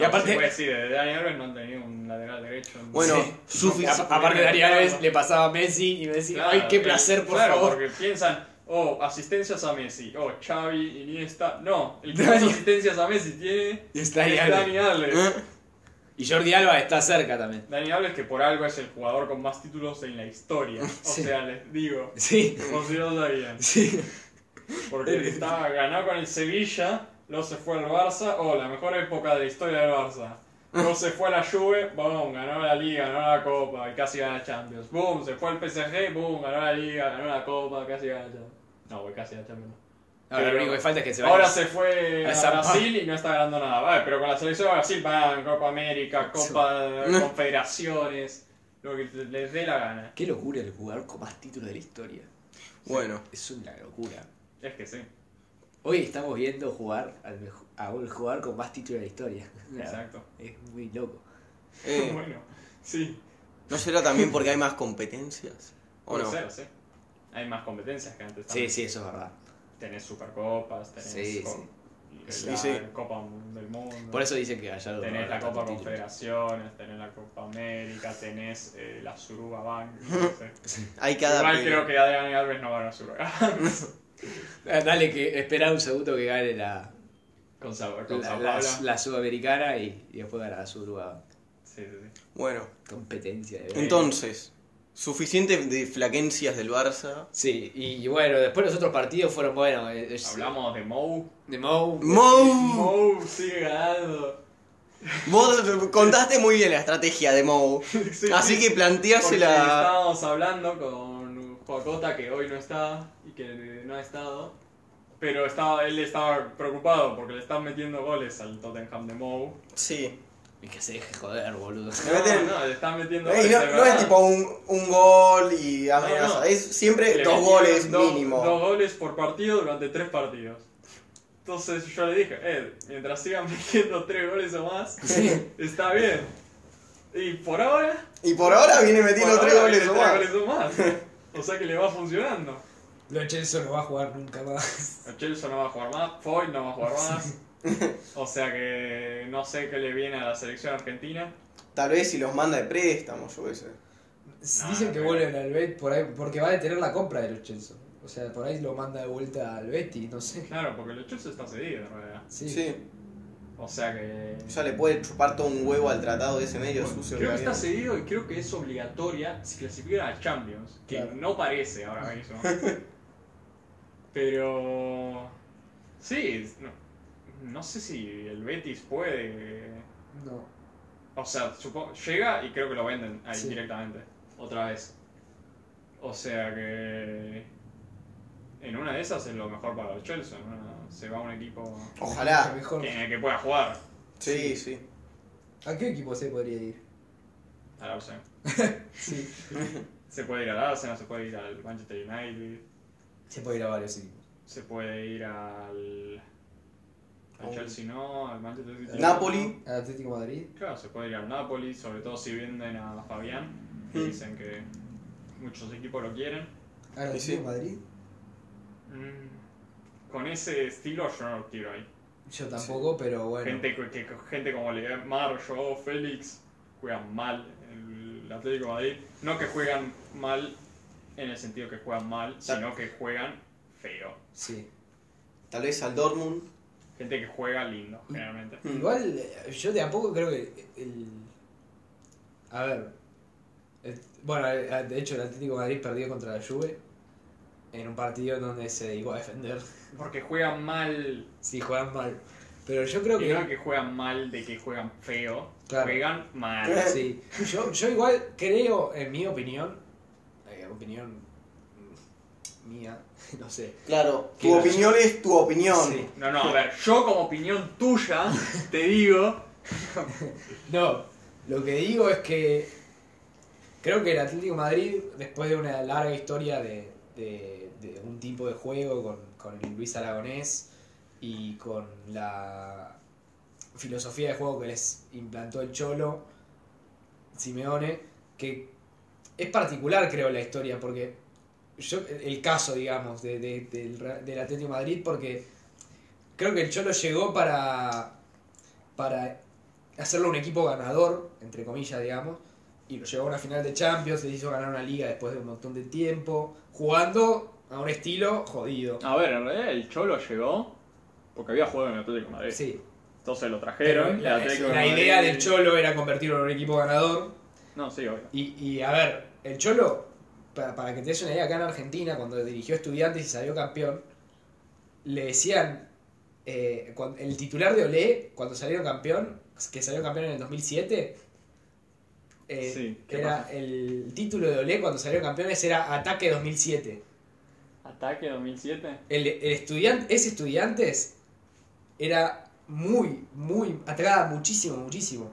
Speaker 3: y aparte,
Speaker 4: se puede decir, de Dani Alves no han tenido un lateral derecho.
Speaker 2: Bueno,
Speaker 3: Sí.
Speaker 2: sufici-
Speaker 3: A- aparte Dani Alves le pasaba a Messi y Messi,
Speaker 4: Claro,
Speaker 3: ay, qué
Speaker 4: eh,
Speaker 3: placer, por
Speaker 4: claro,
Speaker 3: favor.
Speaker 4: porque piensan, oh, asistencias a Messi, oh, Xavi, Iniesta. No, el que
Speaker 3: Dani-
Speaker 4: más asistencias a Messi tiene
Speaker 3: Es Dani Alves.
Speaker 4: Dani Alves.
Speaker 2: ¿Eh?
Speaker 3: Y Jordi Alba está cerca también.
Speaker 4: Dani Alves que por algo es el jugador con más títulos en la historia. O
Speaker 3: Sí.
Speaker 4: sea, les digo,
Speaker 3: Sí,
Speaker 4: por si no sabían.
Speaker 3: sí.
Speaker 4: Porque estaba ganado con el Sevilla, luego se fue al Barça, oh, la mejor época de la historia del Barça. Luego se fue a la Juve, boom, ganó la Liga, ganó la Copa y casi gana Champions. Boom, se fue al PSG, boom, ganó la Liga, ganó la Copa, casi gana Champions. No, güey, casi gana Champions. no.
Speaker 3: Ahora lo único que falta es que se vaya.
Speaker 4: Ahora se fue
Speaker 3: Al
Speaker 4: a
Speaker 3: San Pablo.
Speaker 4: Brasil y no está ganando nada. Vale, pero con la selección de Brasil van Copa América, Copa
Speaker 2: Sí.
Speaker 4: Confederaciones, lo que les dé la gana.
Speaker 3: Qué locura el jugador con más títulos de la historia.
Speaker 2: Bueno,
Speaker 3: Es una locura.
Speaker 4: Es que sí,
Speaker 3: Hoy estamos viendo jugar al mejo- a un jugador con más títulos de la historia.
Speaker 4: exacto.
Speaker 3: Es muy loco.
Speaker 2: eh,
Speaker 4: Bueno, sí,
Speaker 2: ¿no será también porque hay más competencias? ¿O
Speaker 4: puede
Speaker 2: no?
Speaker 4: ser, sí. Hay más competencias que antes.
Speaker 3: Sí,
Speaker 4: también.
Speaker 3: sí, eso es verdad.
Speaker 4: Tenés Supercopas, tenés
Speaker 3: Sí,
Speaker 4: co-
Speaker 3: sí.
Speaker 2: Sí,
Speaker 4: la
Speaker 2: sí.
Speaker 4: Copa del Mundo.
Speaker 3: Por eso dicen que Gallardo...
Speaker 4: Tenés
Speaker 3: no
Speaker 4: la
Speaker 3: gana
Speaker 4: Copa
Speaker 3: tantos títulos.
Speaker 4: Confederaciones, tenés la Copa América, tenés eh, la Suruga Bank. no sé.
Speaker 2: Hay cada
Speaker 4: Igual
Speaker 2: peli.
Speaker 4: creo que Adrián Alves no ganó Suruga.
Speaker 3: Eh, Dale que espera un segundo que gane la,
Speaker 4: con sabor, con
Speaker 3: la,
Speaker 4: Sao
Speaker 3: la-
Speaker 4: Paulo.
Speaker 3: la sudamericana y, y después gana su nueva
Speaker 4: Sí, sí, sí.
Speaker 2: Bueno,
Speaker 3: competencia. de verdad.
Speaker 2: entonces, suficiente de flaquencias del Barça.
Speaker 3: Sí, y, y bueno, después los otros partidos fueron buenos. eh, es-
Speaker 4: Hablamos de Mou.
Speaker 3: De Mou.
Speaker 2: Mou,
Speaker 4: Mou sigue ganando.
Speaker 2: vos contaste muy bien la estrategia de Mou. Así que
Speaker 4: Porque
Speaker 2: planteásela.
Speaker 4: Estábamos hablando con Joacota que hoy no está y que no ha estado. Pero estaba, él estaba preocupado porque le están metiendo goles al Tottenham de Mou.
Speaker 2: Sí.
Speaker 3: Y que se deje joder, boludo.
Speaker 2: Le meten-
Speaker 4: no, le están metiendo
Speaker 2: Ey,
Speaker 4: goles.
Speaker 2: no,
Speaker 4: de
Speaker 2: no
Speaker 4: verdad.
Speaker 2: es tipo un, un gol y amenaza.
Speaker 4: no.
Speaker 2: Es siempre
Speaker 4: Le
Speaker 2: dos
Speaker 4: metieron
Speaker 2: goles
Speaker 4: dos-
Speaker 2: mínimo.
Speaker 4: Dos goles por partido durante tres partidos. Entonces yo le dije, Ed, mientras sigan metiendo tres goles o más,
Speaker 3: Sí.
Speaker 4: está bien. Y por ahora,
Speaker 2: Y por ahora viene metiendo
Speaker 4: Bueno,
Speaker 2: tres
Speaker 4: ahora
Speaker 2: goles o
Speaker 4: viene
Speaker 2: más.
Speaker 4: tres goles o más. O sea que le va funcionando.
Speaker 3: Lo Chelsea no va a jugar nunca más.
Speaker 4: El Chelsea no va a jugar más, Foy no va a jugar más. O sea que no sé qué le viene a la selección argentina.
Speaker 2: Tal vez si los manda de préstamo, yo qué sé.
Speaker 4: No,
Speaker 5: Dicen
Speaker 4: no
Speaker 5: que
Speaker 4: creo.
Speaker 5: vuelven al Betis por ahí, porque va a detener la compra de los Chelsea. O sea, por ahí lo manda de vuelta al Betis, no sé.
Speaker 4: Claro, porque el Chelsea está cedido en realidad.
Speaker 5: Sí.
Speaker 2: Sí.
Speaker 4: O sea que.
Speaker 2: Ya le puede chupar todo un huevo al tratado de ese medio sucio.
Speaker 4: Creo que
Speaker 2: también.
Speaker 4: está cedido y creo que es obligatoria si clasifican a Champions, que
Speaker 5: Claro.
Speaker 4: no parece ahora mismo. Pero. Sí, no, no sé si el Betis puede.
Speaker 5: No.
Speaker 4: O sea, supo- llega y creo que lo venden ahí
Speaker 5: Sí.
Speaker 4: directamente. Otra vez. O sea que. En una de esas es lo mejor para el Chelsea. en una- se va a un equipo
Speaker 5: Lo
Speaker 2: Ojalá.
Speaker 5: Mejor.
Speaker 4: en el que pueda jugar.
Speaker 2: Sí, sí.
Speaker 5: ¿A qué equipo se podría ir?
Speaker 4: Al Arsenal.
Speaker 5: Sí.
Speaker 4: Se puede ir al Arsenal, se puede ir al Manchester United,
Speaker 5: Se puede ir a varios equipos.
Speaker 4: se puede ir al. Al
Speaker 2: Oh.
Speaker 4: Chelsea no, al Manchester City. no.
Speaker 2: Napoli.
Speaker 5: ¿Al Atlético de Madrid?
Speaker 4: Claro, se puede ir al Napoli, sobre todo si venden a Fabián. que
Speaker 2: Mm.
Speaker 4: Dicen que muchos equipos lo quieren.
Speaker 5: ¿Al
Speaker 2: Y sí.
Speaker 5: Atlético de Madrid?
Speaker 4: Mm, Con ese estilo yo no lo tiro ahí.
Speaker 5: Yo tampoco, pero bueno.
Speaker 4: Gente, que, que- gente como Lemar, yo, Félix, juegan mal en el Atlético de Madrid. No que juegan mal en el sentido que juegan mal, sino que juegan feo.
Speaker 5: Sí.
Speaker 2: Tal vez al Dortmund.
Speaker 4: Gente que juega lindo, generalmente.
Speaker 2: Mm.
Speaker 5: Igual, eh, yo de a poco creo que el. A ver. el- Bueno, el- el- de hecho, el Atlético de Madrid perdió contra la Juve en un partido en donde se dedicó a defender.
Speaker 4: Porque juegan mal.
Speaker 5: Sí, juegan mal.
Speaker 3: Pero yo creo
Speaker 1: Y
Speaker 3: que.
Speaker 1: no de que juegan mal, de que juegan feo,
Speaker 3: Claro.
Speaker 1: juegan mal.
Speaker 3: Sí. Yo, yo igual creo, en mi opinión, eh, opinión mm, mía, no sé.
Speaker 2: Claro, tu
Speaker 3: Claro.
Speaker 2: opinión es tu opinión.
Speaker 3: Sí.
Speaker 1: No, no, a ver, yo como opinión tuya te digo
Speaker 3: No, lo que digo es que creo que el Atlético de Madrid, después de una larga historia de, de- de un tipo de juego con, con el Luis Aragonés y con la filosofía de juego que les implantó el Cholo, Simeone, que es particular creo la historia, porque yo, el caso, digamos, de- de- del, Re- del Atlético de Madrid, porque creo que el Cholo llegó para, para hacerlo un equipo ganador, entre comillas, digamos, y lo llevó a una final de Champions, les hizo ganar una liga después de un montón de tiempo, jugando a un estilo jodido.
Speaker 1: A ver, en realidad el Cholo llegó porque había jugado en el Atlético de Madrid.
Speaker 3: Sí,
Speaker 1: Entonces lo trajeron.
Speaker 3: pero
Speaker 1: el
Speaker 3: la,
Speaker 1: Atlético de
Speaker 3: la
Speaker 1: Madrid-
Speaker 3: idea del Cholo era convertirlo en un equipo ganador,
Speaker 1: No, sí, obvio.
Speaker 3: Y, y, a ver, el Cholo, para, para que te des una idea, acá en Argentina, cuando dirigió Estudiantes y salió campeón, le decían, eh, cuan- el titular de Olé, cuando salieron campeón, que salió campeón en el 2007, eh,
Speaker 1: Sí, ¿qué
Speaker 3: era
Speaker 1: pasa?
Speaker 3: el título de Olé cuando salieron campeones era Ataque 2007.
Speaker 1: Ataque 2007.
Speaker 3: El, el estudiante, ese Estudiantes era muy, muy, atacaba muchísimo, muchísimo.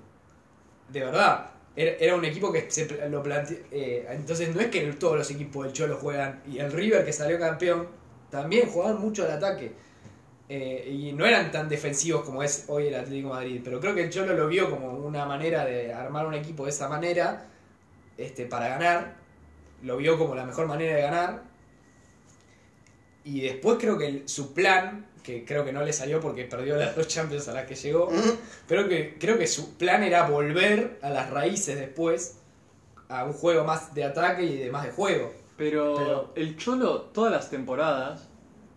Speaker 3: De verdad. Era, era un equipo que se pla- lo planteó. entonces no es que todos los equipos del Cholo juegan. Y el River que salió campeón también jugaban mucho al ataque. Eh, y no eran tan defensivos como es hoy el Atlético de Madrid. Pero creo que el Cholo lo vio como una manera de armar un equipo de esa manera. Este, para ganar. Lo vio como la mejor manera de ganar. Y después creo que el- su plan, que creo que no le salió porque perdió las dos Champions a las que llegó, pero que, creo que su plan era volver a las raíces después, a un juego más de ataque y de más de juego.
Speaker 1: Pero,
Speaker 3: Pero-
Speaker 1: el Cholo todas las temporadas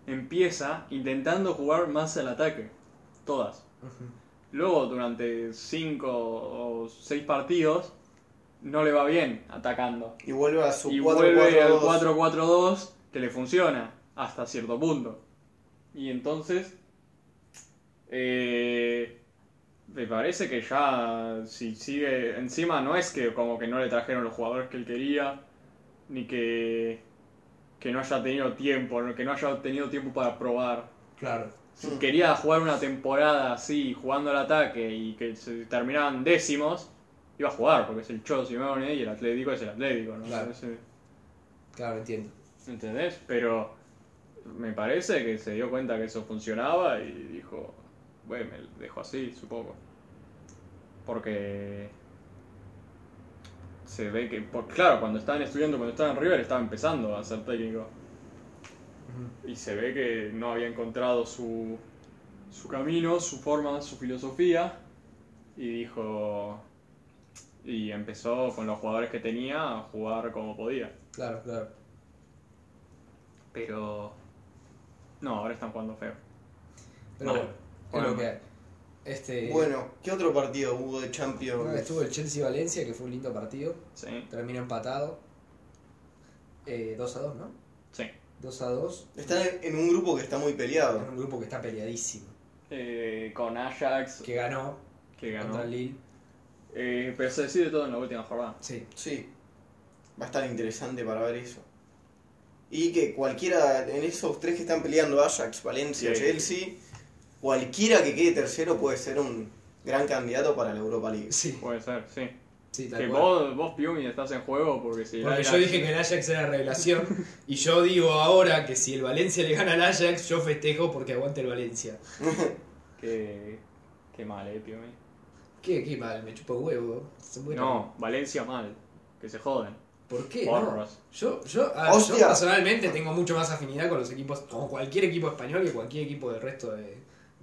Speaker 1: empieza intentando jugar más el ataque. Todas. Luego durante 5 o 6 partidos no le va bien atacando.
Speaker 2: Y vuelve a su
Speaker 1: y vuelve al
Speaker 2: 4-4-2.
Speaker 1: 4-4-2 que le funciona hasta cierto punto. Y entonces, eh, me parece que ya si sigue encima no es que como que no le trajeron los jugadores que él quería, ni que, que no haya tenido tiempo, que no haya tenido tiempo para probar.
Speaker 3: Claro.
Speaker 1: Si quería jugar una temporada así, jugando al ataque y que se terminaban décimos, iba a jugar, porque es el Cholo Simeone y el Atlético es el Atlético, ¿no?
Speaker 3: Claro.
Speaker 1: Ese-
Speaker 3: Claro, entiendo.
Speaker 1: ¿Entendés? Pero me parece que se dio cuenta que eso funcionaba y dijo, bueno, me dejo así, supongo. Porque se ve que, por- claro, cuando estaban estudiando, cuando estaban en River, estaba empezando a ser técnico. Y se ve que no había encontrado su, su camino, su forma, su filosofía. Y dijo, y empezó con los jugadores que tenía a jugar como podía.
Speaker 3: Claro, claro.
Speaker 1: Pero. No, ahora están jugando feo.
Speaker 3: Pero
Speaker 1: Vale.
Speaker 3: bueno, es
Speaker 1: Bueno.
Speaker 3: lo que hay. Este,
Speaker 2: Eh. Bueno, ¿qué otro partido hubo de
Speaker 3: una vez
Speaker 2: Champions?
Speaker 3: estuvo el Chelsea-Valencia, que fue un lindo partido.
Speaker 1: Sí,
Speaker 3: Terminó empatado. Eh, 2 a 2, ¿no?
Speaker 1: sí.
Speaker 3: 2 a 2.
Speaker 2: Están en- en un grupo que está muy
Speaker 3: En
Speaker 2: peleado.
Speaker 3: un grupo que está peleadísimo.
Speaker 1: Eh, con Ajax,
Speaker 3: Que ganó,
Speaker 1: que
Speaker 3: contra
Speaker 1: ganó.
Speaker 3: el Lille.
Speaker 1: Eh, pero se decide todo en la última jornada.
Speaker 3: Sí.
Speaker 2: Sí, va a estar interesante para ver eso. Y que cualquiera, en esos tres que están peleando, Ajax, Valencia,
Speaker 1: Sí.
Speaker 2: Chelsea, cualquiera que quede tercero puede ser un gran candidato para la Europa League.
Speaker 3: Sí,
Speaker 1: Puede ser, sí.
Speaker 3: sí, tal
Speaker 1: Que
Speaker 3: cual.
Speaker 1: vos, vos, Piumi, estás en juego porque si.
Speaker 3: Porque
Speaker 1: el
Speaker 3: yo
Speaker 1: Ajax-
Speaker 3: dije que el Ajax era revelación y yo digo ahora que si el Valencia le gana al Ajax yo festejo porque aguante el Valencia.
Speaker 1: Que. Qué mal, eh, Piumi.
Speaker 3: Qué, qué mal, me chupa huevo. Son buenos.
Speaker 1: No, Valencia mal. Que se joden.
Speaker 3: ¿Por qué? No.
Speaker 1: Porros.
Speaker 3: Yo, yo, a ver, yo
Speaker 2: Hostia.
Speaker 3: personalmente tengo mucho más afinidad con los equipos, con cualquier equipo español que cualquier equipo del resto de,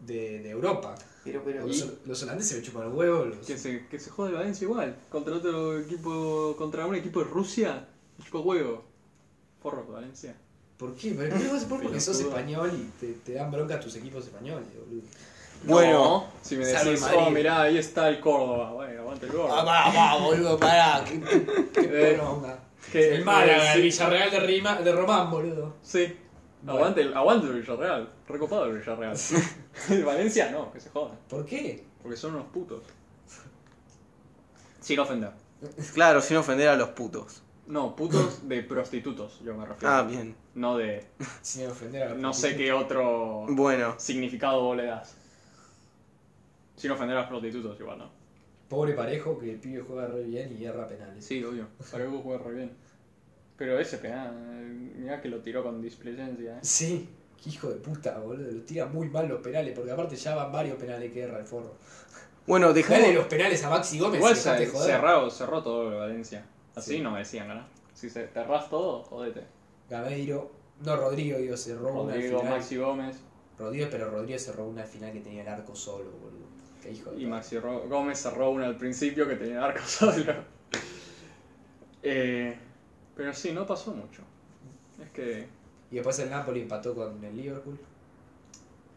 Speaker 3: de- de Europa.
Speaker 2: Pero, pero,
Speaker 3: Los, los holandeses me chupan huevos. Los...
Speaker 1: Que se, que se jode el Valencia igual. Contra otro equipo. Contra un equipo de Rusia. Tipo huevo. Porros, Valencia.
Speaker 3: ¿Por qué? ¿Por qué vas a porque sos
Speaker 1: Pelotudo.
Speaker 3: español y te, te dan bronca tus equipos españoles, boludo?
Speaker 2: Bueno.
Speaker 1: No, si me
Speaker 3: Salve
Speaker 1: decís,
Speaker 3: Madrid.
Speaker 1: oh, mirá, ahí está el Córdoba. Bueno, aguante el Córdoba.
Speaker 3: Ah, va, va, boludo, pará. Qué, qué,
Speaker 1: Eh,
Speaker 3: poronga.
Speaker 1: Que- eh,
Speaker 3: el Málaga,
Speaker 1: sí,
Speaker 3: el Villarreal de, Rima, de Román, boludo.
Speaker 1: Sí,
Speaker 3: Bueno.
Speaker 1: Aguante, el, aguante el Villarreal. Recopado el Villarreal. el Valencia no, que se joda.
Speaker 3: ¿Por qué?
Speaker 1: Porque son unos putos. Sin ofender.
Speaker 2: Claro, sin ofender a los putos.
Speaker 1: No, putos de prostitutos, yo me refiero.
Speaker 2: Ah, bien.
Speaker 1: No de.
Speaker 3: Sin ofender a los
Speaker 1: No sé
Speaker 3: policías.
Speaker 1: qué otro
Speaker 2: Bueno,
Speaker 1: significado vos le das. Sin ofender a los prostitutos, igual, ¿no?
Speaker 3: Pobre parejo que el pibe juega re bien y erra penales.
Speaker 1: Sí, obvio. Para que juega re bien. Pero ese penal, mirá que lo tiró con displicencia, ¿eh?
Speaker 3: Sí, qué hijo de puta, boludo. Lo tira muy mal los penales, porque aparte ya van varios penales que erra el forro.
Speaker 2: bueno, dejemos.
Speaker 3: Dale los penales a Maxi Gómez.
Speaker 1: Igual
Speaker 3: pues dejate
Speaker 1: se,
Speaker 3: joder.
Speaker 1: cerró, cerró todo el Valencia. Así
Speaker 3: Sí.
Speaker 1: no me decían ganar. Si se cerrás todo, jodete.
Speaker 3: Gameiro. No, Rodrigo, digo, cerró una al
Speaker 1: Rodrigo,
Speaker 3: final.
Speaker 1: Maxi Gómez.
Speaker 3: Rodrigo, pero Rodrigo cerró una al final que tenía el arco solo, boludo. Qué hijo de
Speaker 1: Y
Speaker 3: puta.
Speaker 1: Maxi Ro- Gómez cerró una al principio que tenía el arco solo. Eh, pero sí, no pasó mucho. Es que.
Speaker 3: Y después el Napoli empató con el Liverpool.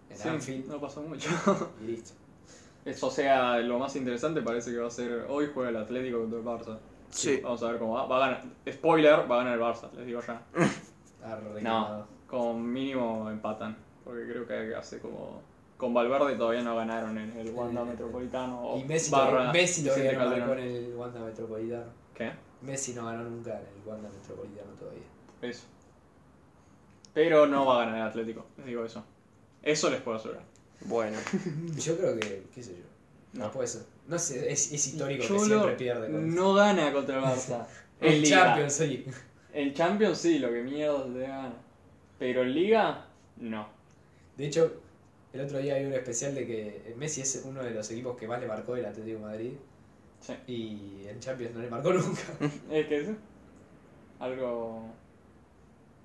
Speaker 3: En
Speaker 1: sí,
Speaker 3: Anfield.
Speaker 1: no pasó mucho.
Speaker 3: Y listo.
Speaker 1: Es, o sea, lo más interesante parece que va a ser. Hoy juega el Atlético contra el Barça.
Speaker 2: Sí.
Speaker 1: Vamos a ver cómo va. Va a ganar. Spoiler, va a ganar el Barça, les digo ya.
Speaker 3: Arre,
Speaker 1: No, con mínimo empatan. Porque creo que hace como. Con Valverde todavía no ganaron en el Wanda
Speaker 3: Eh,
Speaker 1: Metropolitano. o
Speaker 3: Y Messi,
Speaker 1: barra
Speaker 3: lo, Messi todavía
Speaker 1: Vicente
Speaker 3: no marcó
Speaker 1: Calderón.
Speaker 3: en el Wanda Metropolitano.
Speaker 1: ¿Qué?
Speaker 3: Messi no ganó nunca en el Wanda Metropolitano todavía.
Speaker 1: Eso. Pero no va a ganar el Atlético, les digo eso. Eso les puedo asegurar.
Speaker 2: Bueno, Mm.
Speaker 3: Yo creo que, qué sé yo. No,
Speaker 1: No.
Speaker 3: puede ser. No sé, es, es histórico
Speaker 1: Cholo
Speaker 3: que siempre pierde. Con
Speaker 1: No gana contra el Barça.
Speaker 3: el
Speaker 1: en Liga.
Speaker 3: Champions League.
Speaker 1: En Champions sí, lo que mierda te gana. Pero en Liga, no.
Speaker 3: De hecho, el otro día había un especial de que Messi es uno de los equipos que más le marcó el Atlético de Madrid.
Speaker 1: Sí.
Speaker 3: Y en Champions no le marcó nunca.
Speaker 1: Es que es algo.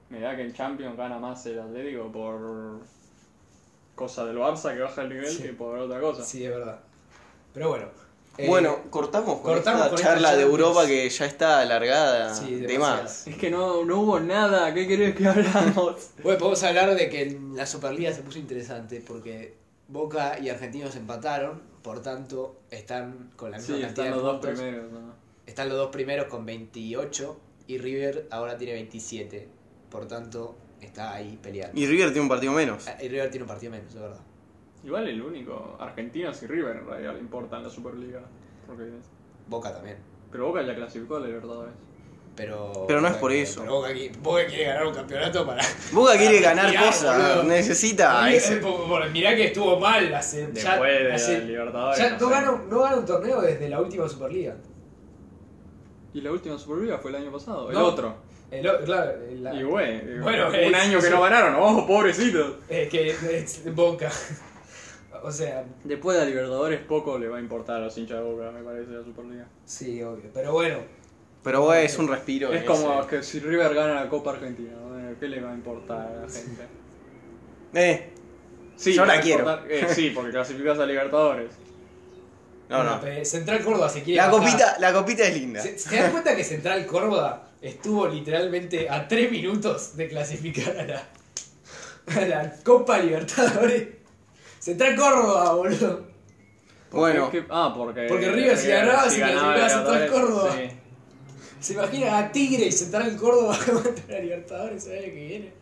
Speaker 1: Me da que el Champions gana más el Atlético por. cosa del Barça que baja el nivel
Speaker 3: Sí.
Speaker 1: que por otra cosa.
Speaker 3: sí, es verdad. Pero bueno. eh,
Speaker 2: bueno, cortamos con
Speaker 3: cortamos
Speaker 2: esta
Speaker 3: con esta
Speaker 2: charla de
Speaker 3: Champions.
Speaker 2: Europa que ya está alargada
Speaker 3: Sí,
Speaker 2: de
Speaker 3: demasiado.
Speaker 2: más.
Speaker 1: Es que no, no hubo nada, ¿qué querés que hablamos?
Speaker 6: Bueno, podemos hablar de que en la Superliga se puso interesante porque Boca y Argentinos empataron, por tanto están con la misma
Speaker 1: sí,
Speaker 6: cantidad
Speaker 1: están los
Speaker 6: de
Speaker 1: dos
Speaker 6: puntos.
Speaker 1: primeros, ¿no?
Speaker 6: Están los dos primeros con 28 y River ahora tiene 27, por tanto está ahí peleando.
Speaker 2: Y River tiene un partido menos.
Speaker 3: Eh,
Speaker 6: Ah, Y River tiene un partido menos, de verdad.
Speaker 1: Igual el único, Argentinos y River en realidad le importan la Superliga. Porque...
Speaker 6: Boca también.
Speaker 1: Pero Boca ya clasificó a la Libertadores.
Speaker 6: Pero,
Speaker 2: Pero no es
Speaker 6: Boca
Speaker 2: por
Speaker 6: quiere-
Speaker 2: eso.
Speaker 6: pero Boca, qui- Boca quiere ganar un campeonato para...
Speaker 2: Boca quiere ganar
Speaker 6: Mirá, boludo.
Speaker 2: cosas, necesita
Speaker 3: Oye,
Speaker 2: ese-
Speaker 3: eh, po- po- Mirá que estuvo mal hace. ya-
Speaker 1: Después de
Speaker 3: hace-
Speaker 1: la Libertadores.
Speaker 3: Ah, ya
Speaker 1: no
Speaker 3: no
Speaker 1: sé.
Speaker 3: gana no gana un torneo desde la última Superliga.
Speaker 1: Y la última Superliga fue el año pasado, el
Speaker 3: No.
Speaker 1: otro.
Speaker 3: El o- claro, la-
Speaker 1: Y güey,
Speaker 3: Bueno,
Speaker 1: un
Speaker 3: es-
Speaker 1: año que no ganaron, ¡oh, pobrecitos!
Speaker 3: eh, que es Boca. o sea,
Speaker 1: Después de la Libertadores poco le va a importar a los hinchas de Boca, me parece, la Superliga.
Speaker 3: sí, obvio. Pero bueno,
Speaker 2: Pero bueno, es un respiro.
Speaker 1: es
Speaker 2: ese.
Speaker 1: como que si River gana la Copa Argentina, ¿no? Eh, ¿qué le va a importar a la gente?
Speaker 2: Eh,
Speaker 1: Sí,
Speaker 2: Yo
Speaker 1: le va
Speaker 2: la
Speaker 1: a importar- eh, sí, porque clasificas a Libertadores.
Speaker 2: no,
Speaker 3: bueno,
Speaker 2: no.
Speaker 3: pe- Central Córdoba se quiere.
Speaker 2: La
Speaker 3: bajar.
Speaker 2: copita, la copita es linda.
Speaker 3: ¿Se, se dan cuenta que Central Córdoba estuvo literalmente a tres minutos de clasificar a la, a la Copa Libertadores? Central Córdoba, boludo.
Speaker 1: Porque
Speaker 2: Bueno.
Speaker 1: es que- ah, porque.
Speaker 3: Porque River si ganaba, se clasificaba a Central
Speaker 1: Libertadores,
Speaker 3: Córdoba. ¿Se imaginan a Tigre y Central Córdoba contra la Libertadores el año que viene?
Speaker 1: sí.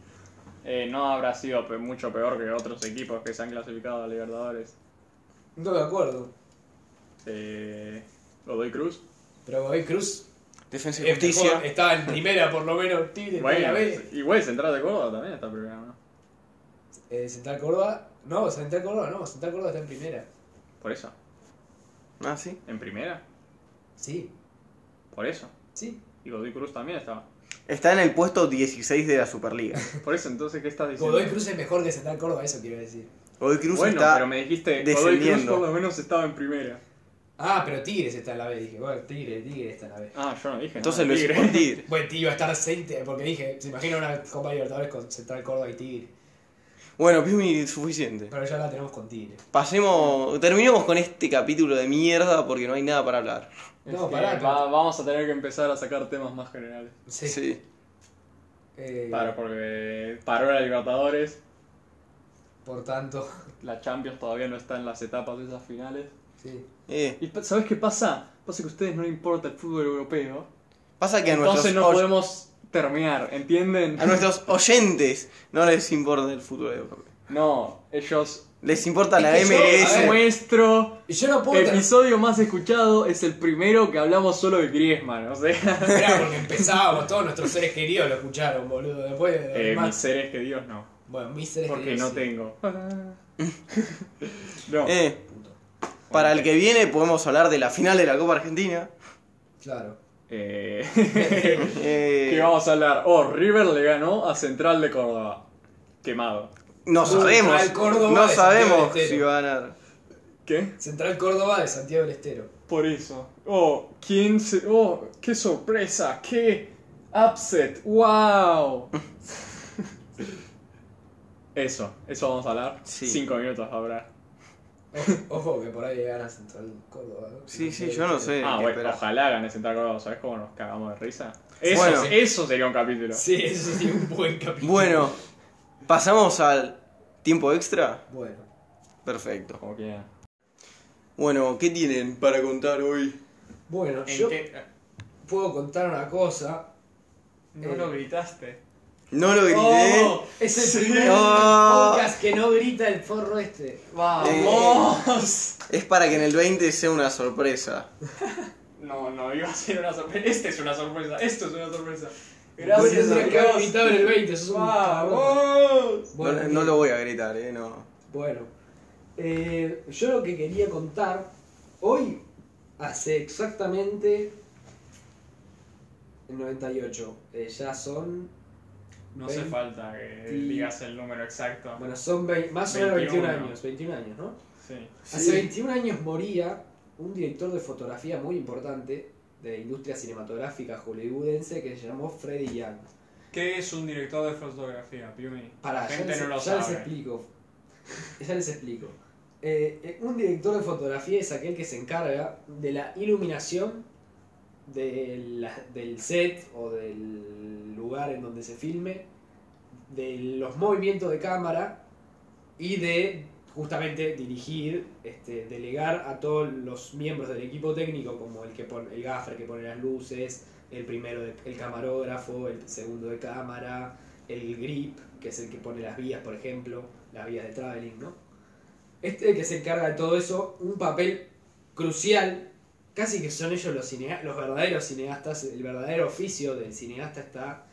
Speaker 1: Eh, no habrá sido pe- mucho peor que otros equipos que se han clasificado a Libertadores.
Speaker 3: No me acuerdo.
Speaker 1: Eh, Godoy Cruz.
Speaker 3: Pero Godoy Cruz
Speaker 2: Defensa y
Speaker 3: eh, mejor,
Speaker 2: justicia.
Speaker 3: estaba en primera, por lo menos. Tigre está en la
Speaker 1: Bueno,
Speaker 3: B.
Speaker 1: y güey, Central de Córdoba también está primero, ¿no?
Speaker 3: Eh, Central Córdoba. No, Central Córdoba no. Central Córdoba está en primera.
Speaker 1: Por eso.
Speaker 2: Ah, sí.
Speaker 1: En primera.
Speaker 3: Sí,
Speaker 1: Por eso.
Speaker 3: sí.
Speaker 1: Y Godoy Cruz también estaba.
Speaker 2: Está en el puesto 16 de la Superliga.
Speaker 1: Por eso, entonces, ¿qué estás diciendo?
Speaker 3: Godoy Cruz es mejor que Central Córdoba, eso quiero decir.
Speaker 2: Hoy Cruz
Speaker 1: bueno,
Speaker 2: está.
Speaker 1: pero me dijiste Godoy Cruz
Speaker 2: descendiendo.
Speaker 1: por lo menos estaba en primera.
Speaker 3: Ah, pero Tigres está en la B. Dije, bueno, Tigre, Tigre está en la B.
Speaker 1: Ah, yo no dije.
Speaker 2: Entonces
Speaker 1: nada,
Speaker 2: lo hice por Tigre.
Speaker 3: Bueno, tío, iba a estar Cente, porque dije, se imagina una Copa Libertadores con Central Córdoba y Tigre.
Speaker 2: Bueno, Piumi suficiente.
Speaker 3: Pero ya la tenemos con Tigre.
Speaker 2: Pasemos. Terminemos con este capítulo de mierda porque no hay nada para hablar.
Speaker 1: Es
Speaker 3: No,
Speaker 1: que
Speaker 3: pará,
Speaker 1: va-
Speaker 3: pero-
Speaker 1: vamos a tener que empezar a sacar temas más generales.
Speaker 3: Sí.
Speaker 2: Sí.
Speaker 3: Eh,
Speaker 1: Claro, porque paró la Libertadores,
Speaker 3: Por tanto,
Speaker 1: la Champions todavía no está en las etapas de esas finales.
Speaker 3: sí.
Speaker 2: Eh,
Speaker 1: ¿Y pa- sabés qué pasa? Pasa que a ustedes no les importa el fútbol europeo.
Speaker 2: Pasa que a
Speaker 1: Entonces
Speaker 2: nuestros
Speaker 1: no
Speaker 2: oy-
Speaker 1: podemos termear, ¿entienden?
Speaker 2: A nuestros oyentes no les importa el fútbol de Boca.
Speaker 1: No, ellos.
Speaker 2: Les importa
Speaker 3: Es
Speaker 2: la
Speaker 3: que yo- a
Speaker 2: MLS.
Speaker 3: ver,
Speaker 1: Nuestro
Speaker 3: Yo no puedo. tra-
Speaker 1: episodio más escuchado es el primero que hablamos solo de Griezmann, o sea.
Speaker 3: Esperá, porque empezábamos, todos nuestros seres queridos lo escucharon, boludo. Después.
Speaker 1: Eh,
Speaker 3: más-
Speaker 1: mis seres que Dios no,
Speaker 3: Bueno, mis seres
Speaker 1: porque no
Speaker 3: queridos. sí.
Speaker 1: tengo. No.
Speaker 2: Eh, para el que viene podemos hablar de la final de la Copa Argentina.
Speaker 3: Claro.
Speaker 1: Eh,
Speaker 2: Eh,
Speaker 1: que vamos a hablar. Oh, River le ganó a Central de Córdoba. Quemado.
Speaker 2: no sabemos.
Speaker 3: Central Córdoba
Speaker 2: No
Speaker 3: de Santiago
Speaker 2: sabemos
Speaker 3: del Estero.
Speaker 2: si va a ganar.
Speaker 1: ¿Qué?
Speaker 3: Central Córdoba de Santiago del Estero.
Speaker 1: Por eso. Oh, 15. Oh, qué sorpresa. Qué upset. Wow. Eso, eso vamos a hablar.
Speaker 2: Sí.
Speaker 1: Cinco minutos ahora.
Speaker 3: Ojo, ojo, que por ahí gana Central Córdoba. ¿no?
Speaker 2: Sí, sí, yo no sé.
Speaker 1: Ah,
Speaker 2: qué
Speaker 1: bueno,
Speaker 2: esperar.
Speaker 1: ojalá gane Central Córdoba. ¿Sabes cómo nos cagamos de risa? Eso,
Speaker 2: Bueno.
Speaker 1: eso sería un capítulo.
Speaker 3: Sí, eso sí, un buen capítulo.
Speaker 2: Bueno, pasamos al tiempo extra.
Speaker 3: Bueno.
Speaker 2: Perfecto.
Speaker 1: Como quieran.
Speaker 2: Bueno, ¿qué tienen para contar hoy?
Speaker 3: Bueno,
Speaker 4: ¿En
Speaker 3: yo
Speaker 4: qué?
Speaker 3: puedo contar una cosa.
Speaker 4: No
Speaker 3: Eh.
Speaker 4: lo gritaste.
Speaker 2: No lo grité.
Speaker 3: Oh, es el primer
Speaker 2: Oh.
Speaker 3: podcast que no grita el forro este.
Speaker 1: Eh,
Speaker 2: ¡Vamos! Eh, Es para que en el 20 sea una sorpresa.
Speaker 4: No, no iba a ser una sorpresa. Este es una sorpresa. Esto es una sorpresa.
Speaker 3: Vos
Speaker 4: Gracias
Speaker 3: tendrías
Speaker 4: a
Speaker 3: que haber
Speaker 4: Dios.
Speaker 3: gritado en el 20, sos un cabrón.
Speaker 4: ¡Vamos!
Speaker 2: No,
Speaker 3: Bueno,
Speaker 2: no lo voy a gritar, ¿eh? No.
Speaker 3: Bueno, eh, yo lo que quería contar, hoy hace exactamente el 98, eh, ya son,
Speaker 4: No hace
Speaker 3: Veinte-
Speaker 4: falta que digas el número exacto.
Speaker 3: bueno, son vei- más o menos 21
Speaker 4: 21.
Speaker 3: años, 21 años, ¿no?
Speaker 4: Sí.
Speaker 3: Hace 21 años moría un director de fotografía muy importante de la industria cinematográfica hollywoodense que se llamó Freddy Young.
Speaker 4: ¿Qué es un director de fotografía, Piumi?
Speaker 3: Para,
Speaker 4: La
Speaker 3: ya,
Speaker 4: gente
Speaker 3: les,
Speaker 4: no lo
Speaker 3: ya les
Speaker 4: sabe.
Speaker 3: explico. Ya les explico. Eh, eh, un director de fotografía es aquel que se encarga de la iluminación de la- del set o del lugar en donde se filme, de los movimientos de cámara y de justamente dirigir, este, delegar a todos los miembros del equipo técnico, como el que pone, el gaffer que pone las luces, el primero, de- el camarógrafo, el segundo de cámara, el grip, que es el que pone las vías, por ejemplo, las vías de traveling, ¿no? Este que se encarga de todo eso, un papel crucial, casi que son ellos los, cinea- los verdaderos cineastas, el verdadero oficio del cineasta está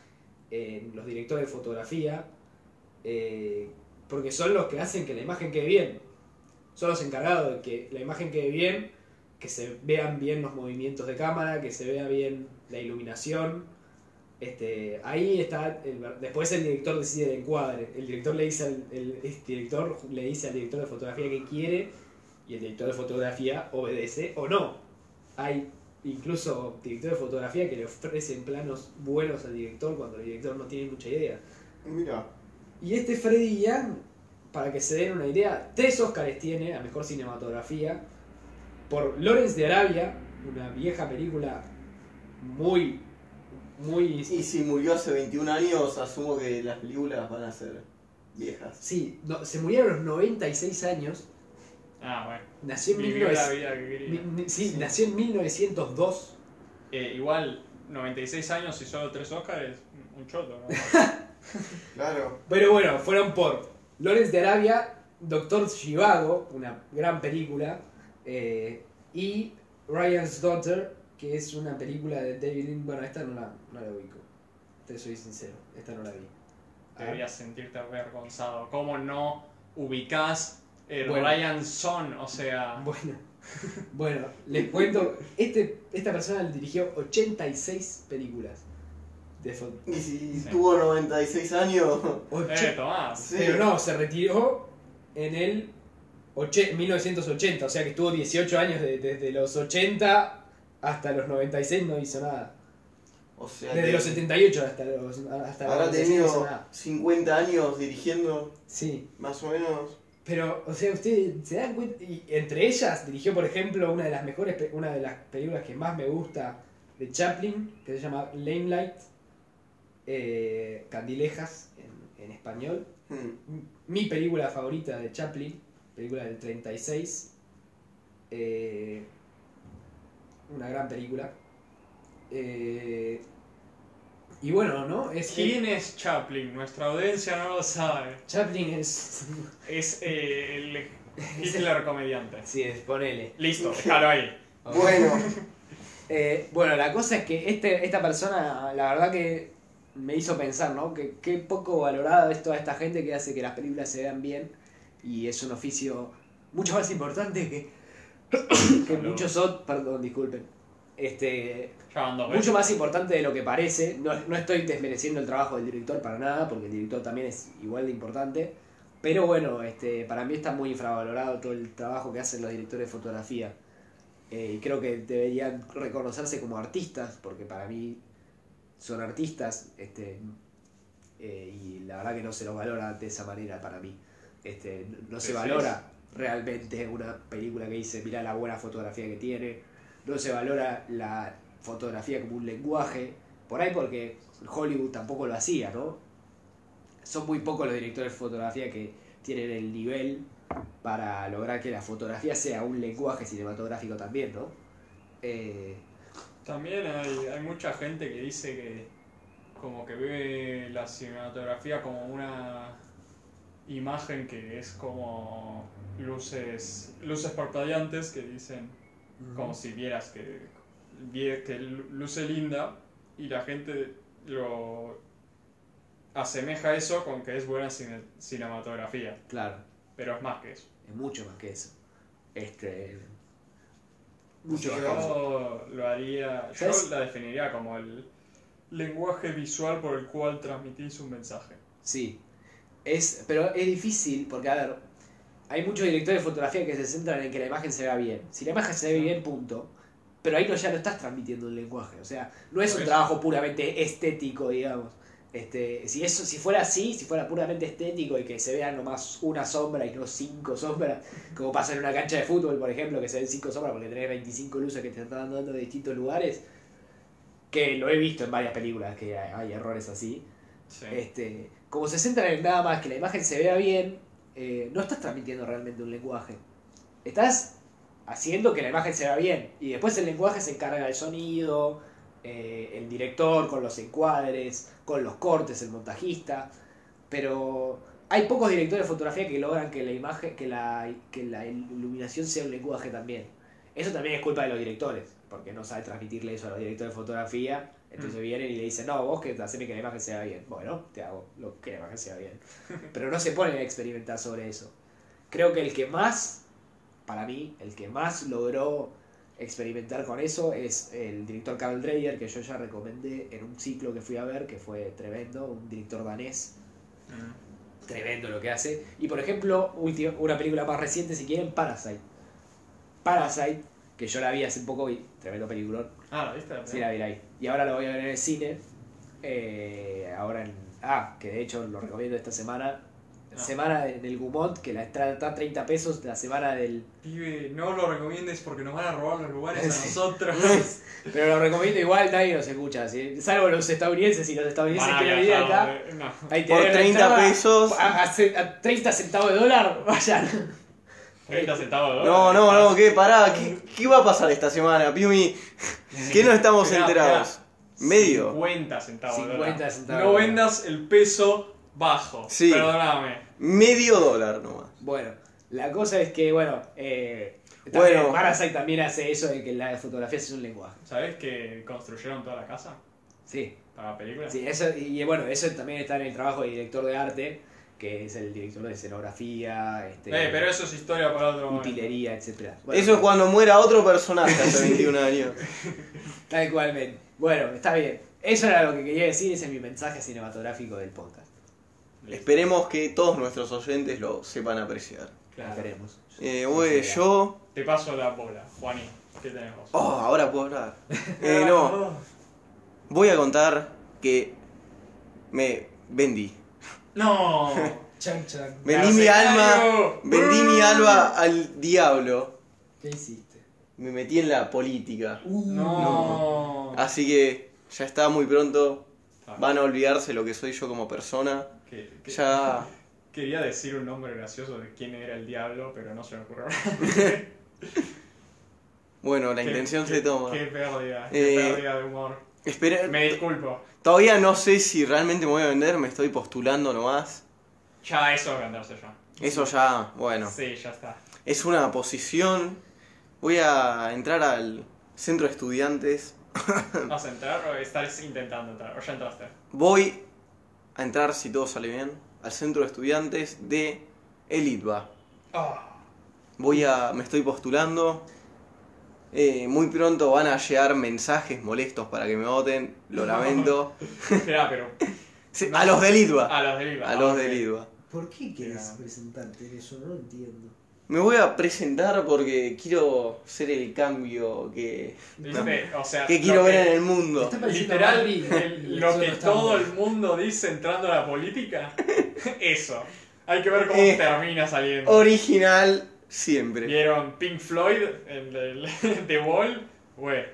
Speaker 3: en los directores de fotografía, eh, porque son los que hacen que la imagen quede bien, son los encargados de que la imagen quede bien, que se vean bien los movimientos de cámara, que se vea bien la iluminación, este, ahí está, el ver- después el director decide el encuadre, el director le dice al el, el director le dice al director de fotografía que quiere y el director de fotografía obedece o no. Hay incluso directores de fotografía que le ofrecen planos buenos al director cuando el director no tiene mucha idea.
Speaker 2: Mira.
Speaker 3: Y este Freddy Young, para que se den una idea, tres Oscars tiene a mejor cinematografía por Lawrence de Arabia, una vieja película muy muy
Speaker 2: Y si murió hace 21 años, asumo que las películas van a ser viejas.
Speaker 3: Sí, no, se murió a los 96 años.
Speaker 4: Ah, bueno.
Speaker 3: Nació en,
Speaker 4: Vivió
Speaker 3: 19
Speaker 4: la vida que
Speaker 3: mi-
Speaker 4: quería.
Speaker 3: mi- sí, nació en 1902.
Speaker 4: Eh, igual, 96 años y solo 3 Óscares, un choto, ¿no?
Speaker 2: Claro.
Speaker 3: Pero bueno, fueron por Lawrence de Arabia, Doctor Chivago, una gran película, eh, y Ryan's Daughter, que es una película de David Lynch. Bueno, esta no la, no la ubico, te soy sincero, esta no la vi. Ah,
Speaker 4: Deberías sentirte avergonzado. ¿Cómo no ubicás el
Speaker 3: Bueno.
Speaker 4: Ryan Son? O sea,
Speaker 3: Bueno, bueno, les cuento, este, esta persona dirigió 86 películas de fondo.
Speaker 2: Y si
Speaker 4: Sí.
Speaker 2: tuvo 96 años.
Speaker 4: eh, Tomás.
Speaker 2: Sí.
Speaker 3: Pero no, se retiró en el oche- 1980, o sea que estuvo 18 años de- desde los 80 hasta los 96 no hizo nada.
Speaker 2: O sea,
Speaker 3: Desde
Speaker 2: que
Speaker 3: los 78 hasta los hasta los
Speaker 2: habrá
Speaker 3: 96 no hizo
Speaker 2: tenido
Speaker 3: nada.
Speaker 2: 50 años dirigiendo,
Speaker 3: Sí.
Speaker 2: más o menos.
Speaker 3: Pero, o sea, ustedes se dan cuenta, y entre ellas dirigió, por ejemplo, una de las mejores, pe- una de las películas que más me gusta de Chaplin, que se llama Lamelight, eh, Candilejas en- en español.
Speaker 2: Hmm.
Speaker 3: mi película favorita de Chaplin, película del 36. eh, una gran película. eh, Y bueno, ¿no? Es
Speaker 4: ¿Quién es Chaplin? Nuestra audiencia no lo sabe.
Speaker 3: Chaplin es.
Speaker 4: Es eh, el Hitler comediante.
Speaker 3: Sí, es- ponele.
Speaker 4: Listo, déjalo ahí.
Speaker 2: Bueno,
Speaker 3: Eh, bueno, la cosa es que este, esta persona, la verdad que me hizo pensar, ¿no? Que qué poco valorado es toda esta gente que hace que las películas se vean bien y es un oficio mucho más importante que, que
Speaker 4: Salud.
Speaker 3: muchos otros, perdón, disculpen, este,
Speaker 4: Ya van dos
Speaker 3: mucho
Speaker 4: veces.
Speaker 3: más importante de lo que parece. No, no estoy desmereciendo el trabajo del director para nada, porque el director también es igual de importante. Pero bueno, este, para mí está muy infravalorado todo el trabajo que hacen los directores de fotografía. Eh, y creo que deberían reconocerse como artistas, porque para mí son artistas. Este, eh, y la verdad que no se los valora de esa manera para mí. Este, no se
Speaker 4: ¿Decís?
Speaker 3: valora realmente una película que dice, mirá la buena fotografía que tiene. No se valora la fotografía como un lenguaje. Por ahí porque Hollywood tampoco lo hacía, ¿no? Son muy pocos los directores de fotografía que tienen el nivel para lograr que la fotografía sea un lenguaje cinematográfico también, ¿no? Eh,
Speaker 4: También hay, hay mucha gente que dice que como que ve la cinematografía como una imagen que es como luces luces parpadeantes que dicen como si vieras que vie- que lu- luce linda y la gente lo asemeja eso con que es buena cine- cinematografía,
Speaker 3: claro.
Speaker 4: pero es más que eso.
Speaker 3: Es mucho más que eso. Este.
Speaker 7: Mucho más que eso.
Speaker 4: Yo lo haría, yo
Speaker 3: ¿Sabes?
Speaker 4: la definiría como el lenguaje visual por el cual transmitís un mensaje.
Speaker 3: Sí. Es, pero es difícil porque, a ver, hay muchos directores de fotografía que se centran en que la imagen se vea bien. Si la imagen se ve bien, punto. Pero ahí no, ya no estás transmitiendo el lenguaje. O sea, no es
Speaker 4: Por
Speaker 3: un
Speaker 4: eso.
Speaker 3: trabajo puramente estético, digamos. Este, si, eso, si fuera así, si fuera puramente estético y que se vea nomás una sombra y no cinco sombras, como pasa en una cancha de fútbol, por ejemplo, que se ven cinco sombras porque tenés 25 luces que te están dando de distintos lugares, que lo he visto en varias películas, que hay, hay errores así.
Speaker 4: Sí.
Speaker 3: Este, como se centran en nada más que la imagen se vea bien, eh, no estás transmitiendo realmente un lenguaje. Estás haciendo que la imagen se vea bien. Y después el lenguaje se encarga del sonido, eh, el director con los encuadres, con los cortes, el montajista. Pero hay pocos directores de fotografía que logran que la imagen, que la, que la iluminación sea un lenguaje también. Eso también es culpa de los directores, porque no sabe transmitirle eso a los directores de fotografía. Entonces vienen y le dicen, no, vos que haceme que la imagen sea bien. Bueno, te hago lo que la imagen sea bien. Pero no se ponen a experimentar sobre eso. Creo que el que más, para mí, el que más logró experimentar con eso es el director Carl Dreyer, que yo ya recomendé en un ciclo que fui a ver, que fue tremendo, un director danés
Speaker 4: Mm.
Speaker 3: tremendo lo que hace. Y por ejemplo, ulti- una película más reciente, si quieren, Parasite. Parasite, que yo la vi hace poco y tremendo peliculón.
Speaker 4: Ah, ¿viste? La
Speaker 3: Sí, la vi la vi. Y ahora la voy a ver en el cine. eh, ahora en. Ah, que de hecho lo recomiendo esta semana.
Speaker 4: Ah.
Speaker 3: Semana en el Gumont, que la está, está a 30 pesos, la semana del.
Speaker 4: Pibe, no lo recomiendes porque nos van a robar los lugares a
Speaker 3: Sí.
Speaker 4: nosotros.
Speaker 3: Pero lo recomiendo igual, nadie nos escucha. así, Salvo los estadounidenses y los estadounidenses
Speaker 4: Van a
Speaker 3: que lo vienen
Speaker 4: viajar,
Speaker 3: acá.
Speaker 4: eh, no.
Speaker 3: Ahí te
Speaker 2: Por
Speaker 3: den
Speaker 2: 30
Speaker 3: una entrada
Speaker 2: pesos.
Speaker 3: A, a- a 30 centavos de dólar, vayan.
Speaker 4: 30 centavos de
Speaker 2: no,
Speaker 4: dólar.
Speaker 2: no, no, ¿qué? Pará, ¿qué, qué va a pasar esta semana, Piumi? ¿Qué no estamos
Speaker 4: Esperá,
Speaker 2: enterados? Medio.
Speaker 4: 50 centavos de dólar.
Speaker 3: 50 centavos de
Speaker 4: No
Speaker 3: dólar.
Speaker 4: vendas el peso bajo.
Speaker 2: Sí.
Speaker 4: Perdóname.
Speaker 2: Medio dólar nomás.
Speaker 3: Bueno, la cosa es que, bueno, eh,
Speaker 2: Bueno.
Speaker 3: también Parasite también hace eso de que la fotografía es un lenguaje.
Speaker 4: ¿Sabes que construyeron toda la casa
Speaker 3: Sí,
Speaker 4: para la película?
Speaker 3: sí eso, y bueno, eso también está en el trabajo del director de arte, que es el director de escenografía, este,
Speaker 4: Eh, pero eso es historia para otro momento.
Speaker 3: utilería, etcétera. Bueno,
Speaker 2: Eso es cuando muera otro personaje hace 21 años.
Speaker 3: Tal cual, men. Bueno, está bien. Eso era lo que quería decir, ese es mi mensaje cinematográfico del podcast.
Speaker 2: Esperemos que todos nuestros oyentes lo sepan apreciar.
Speaker 3: Lo
Speaker 4: Claro.
Speaker 3: Esperemos.
Speaker 2: Eh, güey, yo.
Speaker 4: Te paso la bola, Juaní. ¿Qué Ah, tenemos?
Speaker 2: Oh, ahora puedo hablar. Eh, no, voy a contar que me vendí.
Speaker 4: No.
Speaker 3: Chan, chan.
Speaker 2: Vendí mi alma.
Speaker 4: Mercenario.
Speaker 2: Vendí mi alma al diablo.
Speaker 3: ¿Qué hiciste?
Speaker 2: Me metí en la política.
Speaker 4: Uh, No.
Speaker 2: Así que ya está muy pronto.
Speaker 4: Ah,
Speaker 2: Van a olvidarse lo que soy yo como persona.
Speaker 4: que- que-
Speaker 2: Ya.
Speaker 4: Quería decir un nombre gracioso de quién era el diablo, pero no se me ocurrió.
Speaker 2: Bueno, la
Speaker 4: Qué-
Speaker 2: intención
Speaker 4: qué-
Speaker 2: se toma.
Speaker 4: Qué pérdida,
Speaker 2: Eh,
Speaker 4: qué pérdida de humor.
Speaker 2: Espera,
Speaker 4: Me disculpo.
Speaker 2: todavía no sé si realmente me voy a vender, me estoy postulando nomás.
Speaker 4: Ya eso es venderse ya.
Speaker 2: Eso ya, bueno,
Speaker 4: Sí, ya está.
Speaker 2: es una posición. Voy a entrar al centro de estudiantes.
Speaker 4: ¿Vas a entrar o estás intentando entrar? ¿O ya entraste?
Speaker 2: Voy a entrar, si todo sale bien, al centro de estudiantes de el ITBA.
Speaker 4: Ah,
Speaker 2: Voy a. me estoy postulando. Eh, muy pronto van a llegar mensajes molestos para que me voten. Lo lamento.
Speaker 4: Espera, pero.
Speaker 2: Sí, a los del ITBA.
Speaker 4: A los del IVA.
Speaker 2: A los del ITBA.
Speaker 8: ¿Por qué querés
Speaker 4: Claro.
Speaker 8: presentarte en eso? No lo entiendo.
Speaker 2: Me voy a presentar porque quiero ser el cambio que,
Speaker 4: ¿Viste? O sea.
Speaker 2: que
Speaker 4: lo
Speaker 2: quiero
Speaker 4: que-
Speaker 2: ver en el mundo.
Speaker 8: Está pareciendo
Speaker 4: Literal,
Speaker 8: Barbie.
Speaker 4: el- lo
Speaker 8: Solo
Speaker 4: que
Speaker 8: está
Speaker 4: todo
Speaker 8: mal.
Speaker 4: el mundo dice entrando a la política, eso. Hay que ver cómo
Speaker 2: Eh,
Speaker 4: termina saliendo.
Speaker 2: Original siempre.
Speaker 4: ¿Vieron Pink Floyd en el The Wall? Güey,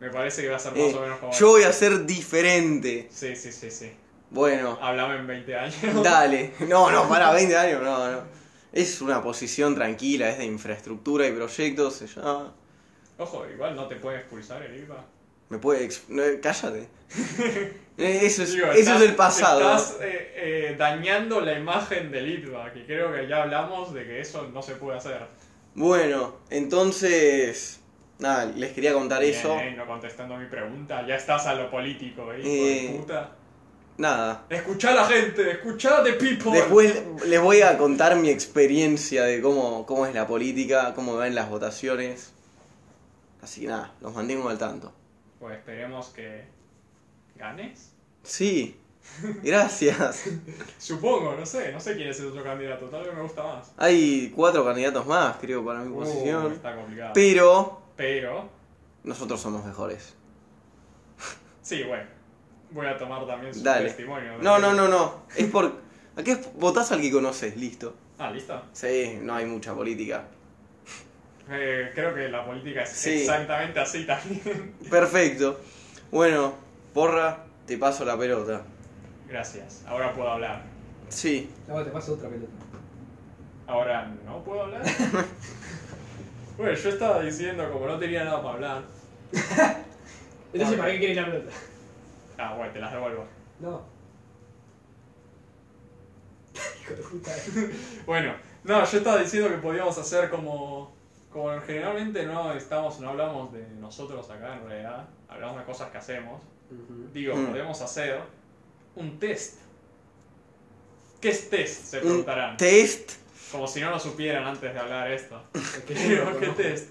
Speaker 4: me parece que va a ser más
Speaker 2: Eh,
Speaker 4: o menos como...
Speaker 2: yo voy a ser diferente.
Speaker 4: Sí, sí, sí, sí.
Speaker 2: Bueno,
Speaker 4: Hablame en 20 años.
Speaker 2: dale. No, no, para 20 años, no, no. Es una posición tranquila, es de infraestructura y proyectos, ah, se llama.
Speaker 4: Ojo, igual no te puede expulsar el IVA.
Speaker 2: Me puede. ex- no, cállate. Eh, Eso es,
Speaker 4: Digo,
Speaker 2: eso
Speaker 4: estás-
Speaker 2: es el pasado.
Speaker 4: Estás eh, eh, dañando la imagen del IVA, que creo que ya hablamos de que eso no se puede hacer.
Speaker 2: Bueno, entonces. Nada, les quería contar
Speaker 4: Bien,
Speaker 2: eso.
Speaker 4: eh, no contestando mi pregunta, ya estás a lo político, eh, hijo
Speaker 2: Eh,
Speaker 4: de puta.
Speaker 2: Nada.
Speaker 4: Escuchá a la gente, escuchá de people.
Speaker 2: Después les voy a contar mi experiencia de cómo, cómo es la política, cómo ven las votaciones. Así que nada, los mantengo al tanto.
Speaker 4: Pues esperemos que ganes.
Speaker 2: Sí, gracias.
Speaker 4: Supongo, no sé, no sé quién es el otro candidato, tal vez me gusta más.
Speaker 2: Hay cuatro candidatos más, creo, para mi
Speaker 4: Uh,
Speaker 2: posición.
Speaker 4: está complicado.
Speaker 2: Pero
Speaker 4: Pero,
Speaker 2: nosotros somos mejores.
Speaker 4: sí, bueno, voy a tomar también su
Speaker 2: Dale.
Speaker 4: testimonio.
Speaker 2: No, no, no, no. Es por... Aquí es- votás al que conoces, listo.
Speaker 4: Ah, listo.
Speaker 2: Sí, no hay mucha política.
Speaker 4: Eh, creo que la política es
Speaker 2: Sí.
Speaker 4: exactamente así también.
Speaker 2: Perfecto. Bueno, porra, te paso la pelota.
Speaker 4: Gracias, ahora puedo hablar.
Speaker 2: Sí,
Speaker 5: No, te paso otra pelota.
Speaker 4: Ahora no puedo hablar. bueno, yo estaba diciendo, como no tenía nada para hablar.
Speaker 5: Entonces, ¿para qué quieres la pelota?
Speaker 4: Ah, bueno, te las devuelvo.
Speaker 5: No. Hijo de puta.
Speaker 4: Bueno, no, yo estaba diciendo que podíamos hacer como. Como generalmente no estamos, no hablamos de nosotros acá en realidad, hablamos de cosas que hacemos. Digo,
Speaker 2: Mm.
Speaker 4: podemos hacer un test. ¿Qué es test? Se
Speaker 2: un
Speaker 4: preguntarán.
Speaker 2: test.
Speaker 4: Como si no lo supieran antes de hablar esto.
Speaker 5: Es que yo no
Speaker 4: Digo,
Speaker 5: lo
Speaker 4: ¿qué
Speaker 5: conozco.
Speaker 4: test?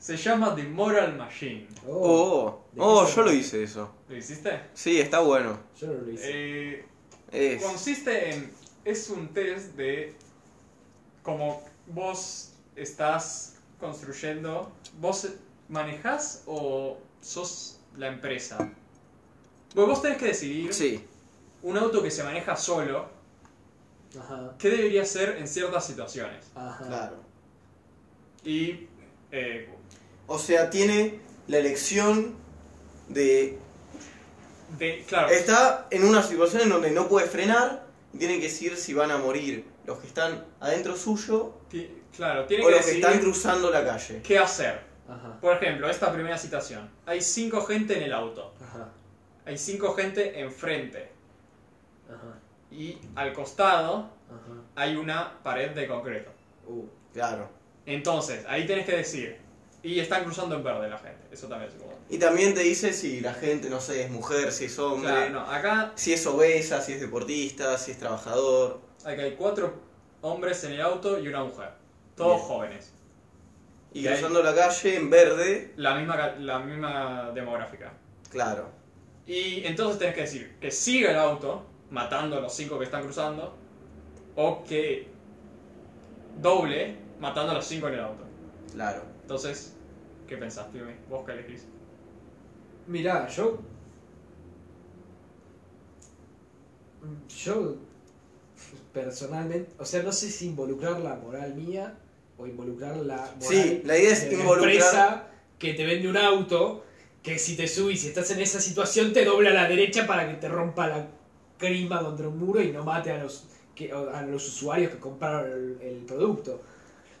Speaker 4: Se llama The Moral Machine.
Speaker 5: Oh,
Speaker 2: Oh,
Speaker 5: ¿de qué
Speaker 2: oh,
Speaker 5: se
Speaker 2: yo lo
Speaker 5: trata?
Speaker 2: hice eso.
Speaker 4: ¿Lo hiciste?
Speaker 2: Sí, está bueno.
Speaker 5: Yo no lo hice.
Speaker 4: Eh,
Speaker 2: Es.
Speaker 4: Consiste en. Es un test de. Como vos estás construyendo. ¿Vos manejás o sos la empresa? Bueno, vos tenés que decidir
Speaker 2: Sí,
Speaker 4: un auto que se maneja solo.
Speaker 5: Ajá.
Speaker 4: ¿Qué debería hacer en ciertas situaciones?
Speaker 5: Ajá.
Speaker 2: claro.
Speaker 4: Y. eh,
Speaker 2: O sea, tiene la elección de.
Speaker 4: de, claro.
Speaker 2: Está en una situación en donde no puede frenar y tiene que decir si van a morir los que están adentro suyo
Speaker 4: ti- claro, tiene
Speaker 2: o
Speaker 4: que
Speaker 2: los que están
Speaker 4: decidir
Speaker 2: cruzando la calle.
Speaker 4: qué hacer.
Speaker 5: Ajá.
Speaker 4: Por ejemplo, esta primera situación. Hay cinco gente en el auto.
Speaker 5: Ajá.
Speaker 4: Hay cinco gente enfrente.
Speaker 5: Ajá.
Speaker 4: Y al costado
Speaker 5: Ajá.
Speaker 4: hay una pared de concreto.
Speaker 5: Uh.
Speaker 2: Claro.
Speaker 4: Entonces, ahí tenés que decir. Y están cruzando en verde la gente. Eso también es como.
Speaker 2: Y también te dice si la gente, no sé, es mujer, si es hombre,
Speaker 4: Claro, no, acá
Speaker 2: si es obesa, si es deportista, si es trabajador.
Speaker 4: acá hay cuatro hombres en el auto y una mujer. Todos
Speaker 2: Bien.
Speaker 4: jóvenes.
Speaker 2: Y
Speaker 4: Y ahí-
Speaker 2: cruzando la calle en verde,
Speaker 4: La misma, ca- la misma demográfica.
Speaker 2: claro.
Speaker 4: Y entonces tenés que decir que siga el auto, matando a los cinco que están cruzando, o que doble, matando a los cinco en el auto.
Speaker 2: Claro.
Speaker 4: Entonces, ¿qué pensás, Piumi? ¿Vos qué elegís?
Speaker 5: Mirá, yo. Yo. Personalmente. O sea, no sé si involucrar la moral mía o involucrar la moral
Speaker 2: Sí, la idea es
Speaker 5: de la
Speaker 2: involucrar-
Speaker 5: empresa que te vende un auto que si te subís y estás en esa situación te dobla a la derecha para que te rompa la crima contra un muro y no mate a los, que, a los usuarios que compraron el, el producto.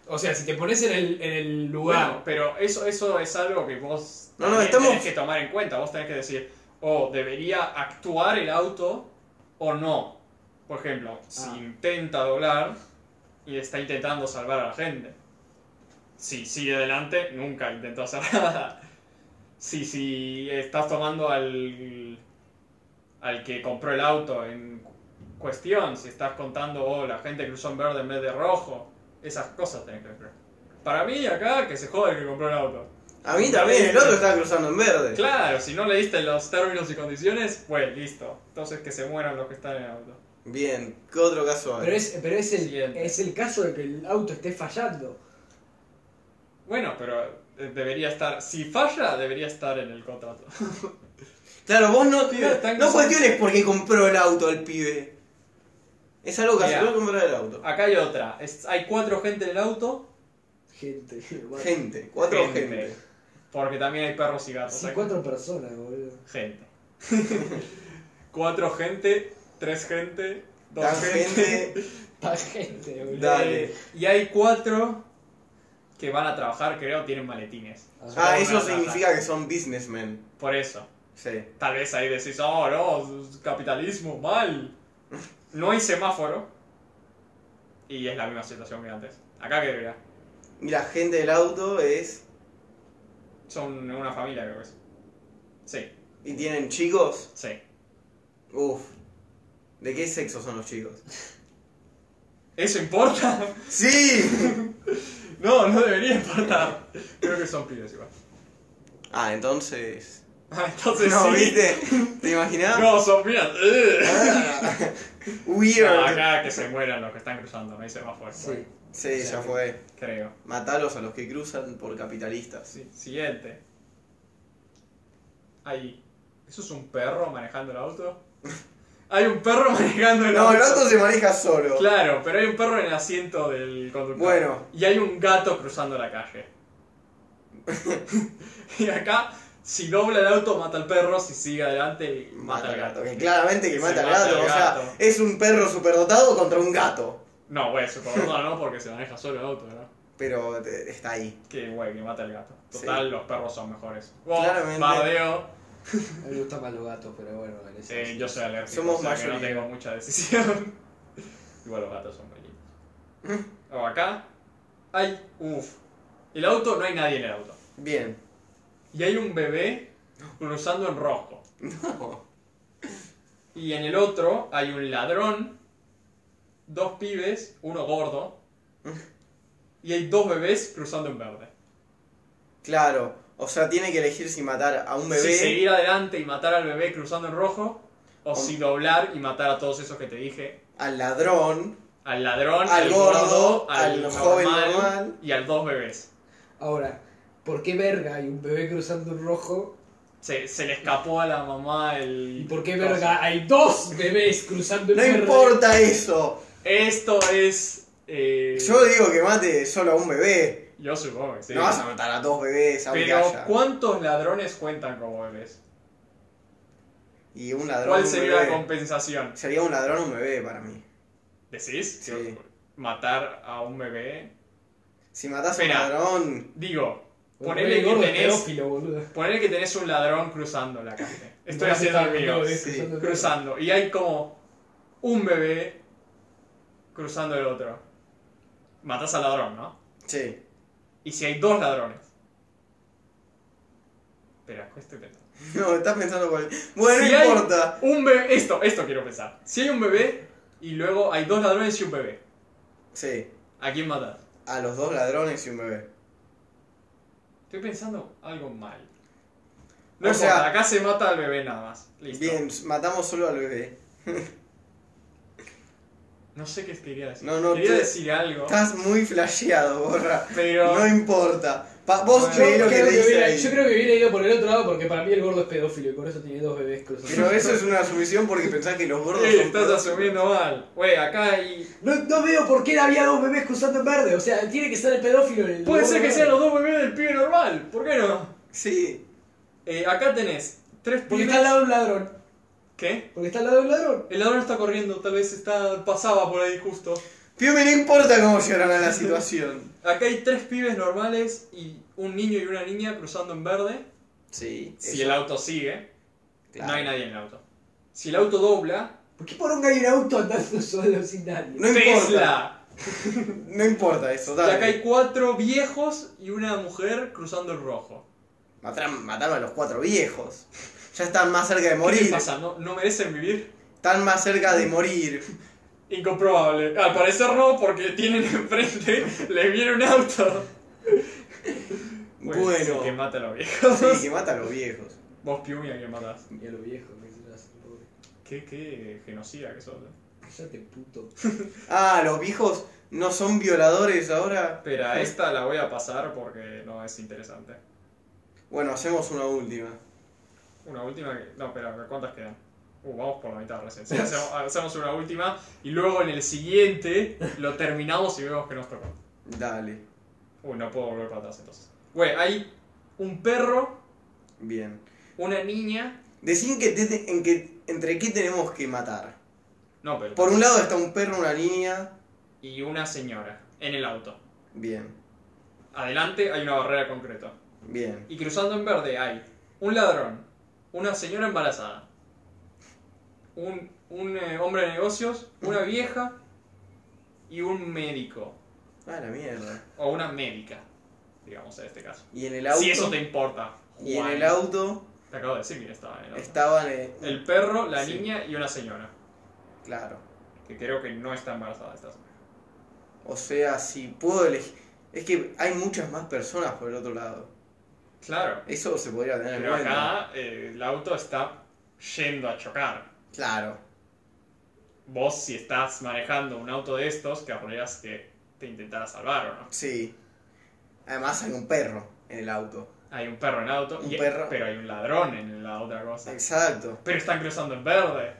Speaker 5: O sea, si te pones en el, en el lugar...
Speaker 4: Bueno, pero eso, eso es algo que vos
Speaker 2: No, no,
Speaker 4: también
Speaker 2: estamos-
Speaker 4: tenés que tomar en cuenta. Vos tenés que decir, o debería actuar el auto o no. Por ejemplo, si
Speaker 5: Ah.
Speaker 4: intenta doblar y está intentando salvar a la gente. Si sigue adelante, nunca intentó hacer nada. Si, si estás tomando al, al que compró el auto en cu- cuestión, si estás contando, oh, la gente cruzó en verde en vez de rojo, esas cosas tenés que ver. Para mí, acá, que se joda el que compró el auto.
Speaker 2: A mí también, el otro estaba cruzando en verde.
Speaker 4: Claro, si no leíste los términos y condiciones, pues listo. Entonces que se mueran los que están en el auto.
Speaker 2: Bien, ¿qué otro caso hay?
Speaker 5: Pero es, pero es el,
Speaker 4: Siguiente.
Speaker 5: es el caso de que el auto esté fallando.
Speaker 4: Bueno, pero eh, debería estar. Si falla, debería estar en el contrato.
Speaker 2: Claro, vos no,
Speaker 4: Pibe,
Speaker 2: no,
Speaker 4: están
Speaker 2: no
Speaker 4: cruzando-
Speaker 2: cuestiones porque compró el auto el pibe. Es algo que
Speaker 4: Mirá.
Speaker 2: aceptó comprar el auto.
Speaker 4: Acá hay otra. Es- hay cuatro gente en el auto.
Speaker 5: Gente. bueno.
Speaker 2: Gente, cuatro gente.
Speaker 4: Porque también hay perros y gatos.
Speaker 5: Sí,
Speaker 4: Hay
Speaker 5: cuatro personas, boludo.
Speaker 4: Gente. cuatro gente, tres gente, dos
Speaker 2: Tan
Speaker 4: gente.
Speaker 2: gente.
Speaker 5: Pa' gente, boludo.
Speaker 2: Dale.
Speaker 4: Eh, Y hay cuatro que van a trabajar, creo, tienen maletines.
Speaker 2: Ah,
Speaker 4: Son
Speaker 2: eso
Speaker 4: una rata.
Speaker 2: significa que son businessmen.
Speaker 4: Por eso.
Speaker 2: Sí.
Speaker 4: Tal vez ahí decís, oh no, capitalismo, mal. No hay semáforo. Y es la misma situación que antes. Acá que debería.
Speaker 2: Y la gente del auto es.
Speaker 4: Son una familia, creo que es. Sí,
Speaker 2: ¿Y tienen chicos?
Speaker 4: sí.
Speaker 2: Uf. ¿De qué sexo son los chicos?
Speaker 4: ¿Eso importa?
Speaker 2: ¡Sí!
Speaker 4: No, no debería importar. Creo que son pibes igual.
Speaker 2: Ah, entonces.
Speaker 4: Ah, entonces
Speaker 2: No,
Speaker 4: sí.
Speaker 2: ¿viste? ¿Te imaginás?
Speaker 4: No, son pibes. Ugh.
Speaker 2: Ah,
Speaker 4: No,
Speaker 2: Weird.
Speaker 4: acá que se mueran los que están cruzando, no hay semáforo.
Speaker 5: Sí.
Speaker 2: Sí, ya fue.
Speaker 4: Creo.
Speaker 2: Matalos a los que cruzan por capitalistas.
Speaker 4: Sí. Siguiente. Ahí. ¿Eso es un perro manejando el auto? hay un perro manejando el
Speaker 2: No,
Speaker 4: auto.
Speaker 2: el auto se maneja solo.
Speaker 4: Claro, pero hay un perro en el asiento del conductor.
Speaker 2: Bueno.
Speaker 4: Y hay un gato cruzando la calle. y acá, si dobla el auto, mata al perro, si sigue adelante, mata, al gato.
Speaker 2: Que claramente que
Speaker 4: Se
Speaker 2: mata al
Speaker 4: mata
Speaker 2: gato.
Speaker 4: al
Speaker 2: O sea,
Speaker 4: gato.
Speaker 2: es un perro superdotado contra un gato.
Speaker 4: No, güey, supongo no, porque se maneja solo el auto, ¿no?
Speaker 2: Pero eh, está ahí.
Speaker 4: Que, güey, que mata al gato. Total,
Speaker 2: Sí.
Speaker 4: los perros son mejores. Oh,
Speaker 2: Claramente.
Speaker 4: bardeo.
Speaker 5: A mí me gustan más los gatos, pero bueno, en ese-
Speaker 4: Eh, yo soy alérgico,
Speaker 2: Somos
Speaker 4: o sea que no
Speaker 2: mayoría.
Speaker 4: tengo mucha decisión. Igual los gatos son bellitos. O Oh, acá, hay, uff, el auto, no hay nadie en el auto.
Speaker 2: Bien.
Speaker 4: Y hay un bebé cruzando en rojo. Y en el otro hay un ladrón, dos pibes, uno gordo, y hay dos bebés cruzando en verde.
Speaker 2: Claro. O sea, tiene que elegir si matar a un bebé.
Speaker 4: Si seguir adelante y matar al bebé cruzando en rojo, o si doblar y matar a todos esos que te dije.
Speaker 2: al ladrón.
Speaker 4: Al ladrón,
Speaker 2: Al
Speaker 4: al
Speaker 2: gordo,
Speaker 4: gordo,
Speaker 2: al
Speaker 4: al,
Speaker 2: joven
Speaker 4: normal,
Speaker 2: normal.
Speaker 4: y al dos bebés.
Speaker 5: Ahora, ¿por qué verga hay un bebé cruzando un rojo?
Speaker 4: Se, se le escapó a la mamá el...
Speaker 5: ¿Y por qué verga hay dos bebés cruzando un
Speaker 2: No
Speaker 5: verde?
Speaker 2: importa eso.
Speaker 4: Esto es... eh,
Speaker 2: Yo digo que mate solo a un bebé.
Speaker 4: yo supongo que sí.
Speaker 2: No vas a matar a dos bebés, a un
Speaker 4: Pero,
Speaker 2: haya.
Speaker 4: ¿cuántos ladrones cuentan como bebés?
Speaker 2: Y un ladrón.
Speaker 4: ¿Cuál
Speaker 2: un
Speaker 4: sería la
Speaker 2: bebé.
Speaker 4: compensación?
Speaker 2: Sería un ladrón un bebé para mí.
Speaker 4: ¿Decís?
Speaker 2: Sí.
Speaker 4: Matar a un bebé.
Speaker 2: Si matas a un
Speaker 4: Espera.
Speaker 2: ladrón.
Speaker 4: Digo,
Speaker 5: Bueno,
Speaker 4: ponele
Speaker 5: el
Speaker 4: que
Speaker 5: gordo es
Speaker 4: tenés,
Speaker 5: pedófilo, boludo.
Speaker 4: ponele que tenés un ladrón cruzando la calle. Estoy
Speaker 5: No,
Speaker 4: haciendo el
Speaker 5: sí,
Speaker 4: mío.
Speaker 5: bebés
Speaker 2: sí,
Speaker 5: cruzando el verde.
Speaker 4: Cruzando. Y hay como un bebé cruzando el otro. Matas al ladrón, ¿no?
Speaker 2: Sí.
Speaker 4: Y si hay dos ladrones. Espera, estoy pensando.
Speaker 2: No, estás pensando cuál. Bueno,
Speaker 4: Si
Speaker 2: no
Speaker 4: hay
Speaker 2: importa.
Speaker 4: Un bebé. Esto, esto quiero pensar. Si hay un bebé y luego hay dos ladrones y un bebé.
Speaker 2: Sí.
Speaker 4: ¿A quién matas?
Speaker 2: A los dos ladrones y un bebé.
Speaker 4: Estoy pensando algo mal. No
Speaker 2: O
Speaker 4: importa,
Speaker 2: sea-
Speaker 4: acá se mata al bebé nada más. Listo.
Speaker 2: Bien, matamos solo al bebé.
Speaker 4: No sé qué quería decir.
Speaker 2: No, no,
Speaker 4: quería
Speaker 2: te-
Speaker 4: decir algo,
Speaker 2: Estás muy flasheado, borra.
Speaker 4: pero
Speaker 2: No importa. Pa- vos
Speaker 4: Bueno.
Speaker 2: leí
Speaker 5: Yo
Speaker 2: lo que
Speaker 5: creo que
Speaker 2: leíste
Speaker 5: hubiera-
Speaker 2: ahí.
Speaker 5: yo creo que hubiera ido por el otro lado porque para mí el gordo es pedófilo y por eso tiene dos bebés cruzando.
Speaker 2: Pero eso es una sumisión porque pensás que los gordos
Speaker 4: Ey,
Speaker 2: son
Speaker 4: eh, estás
Speaker 2: pedófilos.
Speaker 4: asumiendo mal. Wey, acá hay...
Speaker 5: No, no veo por qué había dos bebés cruzando en verde. O sea, tiene que ser el pedófilo. en el
Speaker 4: Puede
Speaker 5: gordo
Speaker 4: ser que
Speaker 5: verde.
Speaker 4: sean los dos bebés del pibe normal. ¿Por qué no?
Speaker 2: Sí.
Speaker 4: Eh, acá tenés tres
Speaker 5: Porque
Speaker 4: pibes...
Speaker 5: está al lado de un ladrón.
Speaker 4: ¿Qué?
Speaker 5: Porque está al lado de un ladrón.
Speaker 4: El ladrón está corriendo, tal vez está pasaba por ahí justo.
Speaker 2: Piume, no importa cómo llegaron a la situación.
Speaker 4: Acá hay tres pibes normales y un niño y una niña cruzando en verde.
Speaker 2: Sí.
Speaker 4: Si el auto sigue. No hay nadie en el auto. Si el auto dobla,
Speaker 8: ¿Por qué poronga hay un auto andando solo sin nadie?
Speaker 2: No importa.
Speaker 4: Tesla.
Speaker 2: No importa eso,
Speaker 4: Y acá
Speaker 2: dale.
Speaker 4: hay cuatro viejos y una mujer cruzando el rojo.
Speaker 2: Mataron, mataron a los cuatro viejos. Ya están más cerca de
Speaker 4: ¿Qué les
Speaker 2: morir.
Speaker 4: pasa? ¿No, no merecen vivir?
Speaker 2: Están más cerca de morir.
Speaker 4: Incomprobable. Al parecer no, porque tienen enfrente, les viene un auto.
Speaker 2: Bueno.
Speaker 4: sí, que mata a los viejos.
Speaker 2: Sí, que mata a los viejos.
Speaker 4: Vos, Piumia, que matás.
Speaker 8: Y a lo viejo, que se lo hace, pobre.
Speaker 4: Qué, qué genocida que sos. eh.
Speaker 8: Cállate, puto.
Speaker 2: Ah, los viejos no son violadores ahora.
Speaker 4: Espera, esta la voy a pasar porque no es interesante.
Speaker 2: Bueno, hacemos una última.
Speaker 4: Una última que... No, espera, ¿cuántas quedan? Uh, vamos por la mitad recién. Sí, hacemos, hacemos una última y luego en el siguiente lo terminamos y vemos que nos tocó.
Speaker 2: Dale.
Speaker 4: Uh, no puedo volver para atrás entonces. Güey, hay un perro,
Speaker 2: Bien.
Speaker 4: una niña...
Speaker 2: Decín que te- en que, entre qué tenemos que matar.
Speaker 4: No, pero...
Speaker 2: Por un lado está un perro, una niña.
Speaker 4: Y una señora en el auto.
Speaker 2: Bien.
Speaker 4: Adelante hay una barrera de concreto.
Speaker 2: Bien.
Speaker 4: Y cruzando en verde hay un ladrón, una señora embarazada, un, un, eh, hombre de negocios, una vieja y un médico.
Speaker 2: Ah, la mierda.
Speaker 4: O una médica, digamos en este caso.
Speaker 2: Y en el auto.
Speaker 4: Si eso te importa.
Speaker 2: y en
Speaker 4: Juan.
Speaker 2: el auto
Speaker 4: Te acabo de decir que estaba en el auto.
Speaker 2: estaban. eh,
Speaker 4: El perro, la
Speaker 2: Sí.
Speaker 4: niña y una señora.
Speaker 2: Claro.
Speaker 4: Que creo que no está embarazada esta señora.
Speaker 2: O sea, si puedo elegir. Es que hay muchas más personas por el otro lado.
Speaker 4: Claro.
Speaker 2: Eso se podría tener en
Speaker 4: Pero
Speaker 2: cuenta.
Speaker 4: acá eh, el auto está yendo a chocar.
Speaker 2: Claro.
Speaker 4: Vos si estás manejando un auto de estos, querrías que te intentara salvar o no.
Speaker 2: Sí. Además hay un perro en el auto.
Speaker 4: Hay un perro en auto,
Speaker 2: Un
Speaker 4: y-
Speaker 2: perro.
Speaker 4: pero hay un ladrón en la otra cosa.
Speaker 2: Exacto.
Speaker 4: Pero están cruzando en verde.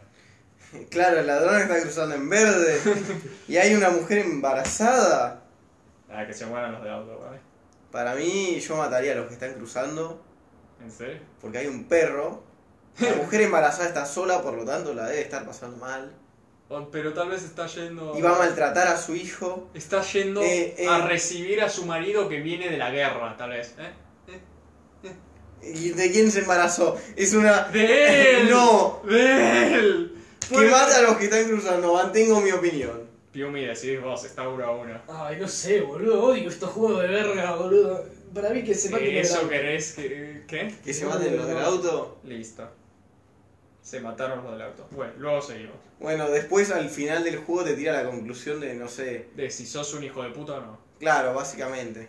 Speaker 2: Claro, el ladrón está cruzando en verde. y hay una mujer embarazada.
Speaker 4: Ah, que se mueran los de auto, ¿vale?
Speaker 2: Para mí, yo mataría a los que están cruzando.
Speaker 4: ¿En serio?
Speaker 2: Porque hay un perro. La mujer embarazada está sola, por lo tanto la debe estar pasando mal.
Speaker 4: O- Oh, pero tal vez está yendo...
Speaker 2: Y va a maltratar a su hijo.
Speaker 4: Está yendo
Speaker 2: Eh, eh.
Speaker 4: a recibir a su marido que viene de la guerra, tal vez. ¿eh?
Speaker 2: ¿Y de quién se embarazó? Es una...
Speaker 4: ¡De él!
Speaker 2: No.
Speaker 4: ¡De él!
Speaker 2: Que mata a los que están cruzando. Mantengo mi opinión.
Speaker 4: Piumi, decís vos, está uno a uno.
Speaker 5: Ay, no sé, boludo. Odio estos juegos de verga, boludo. Para mí que se maten el
Speaker 4: ¿Eso
Speaker 5: auto.
Speaker 4: querés que...? eh, ¿Qué?
Speaker 2: Que se maten los del auto.
Speaker 4: Listo. Se mataron los del auto. Bueno, luego seguimos.
Speaker 2: Bueno, después al final del juego te tira la conclusión de, no sé...
Speaker 4: De si sos un hijo de puta o no.
Speaker 2: Claro, básicamente.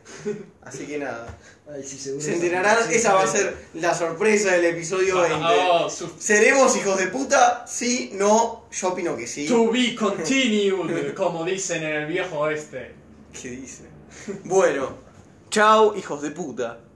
Speaker 2: Así que nada.
Speaker 8: Ay, sí, seguro.
Speaker 2: Se enterarán, Ah, esa va a ser la sorpresa del episodio 20.
Speaker 4: Oh, su-
Speaker 2: ¿Seremos hijos de puta? Sí, no, yo opino que sí.
Speaker 4: to be continued, como dicen en el viejo este.
Speaker 2: ¿Qué dice? Bueno, chao hijos de puta.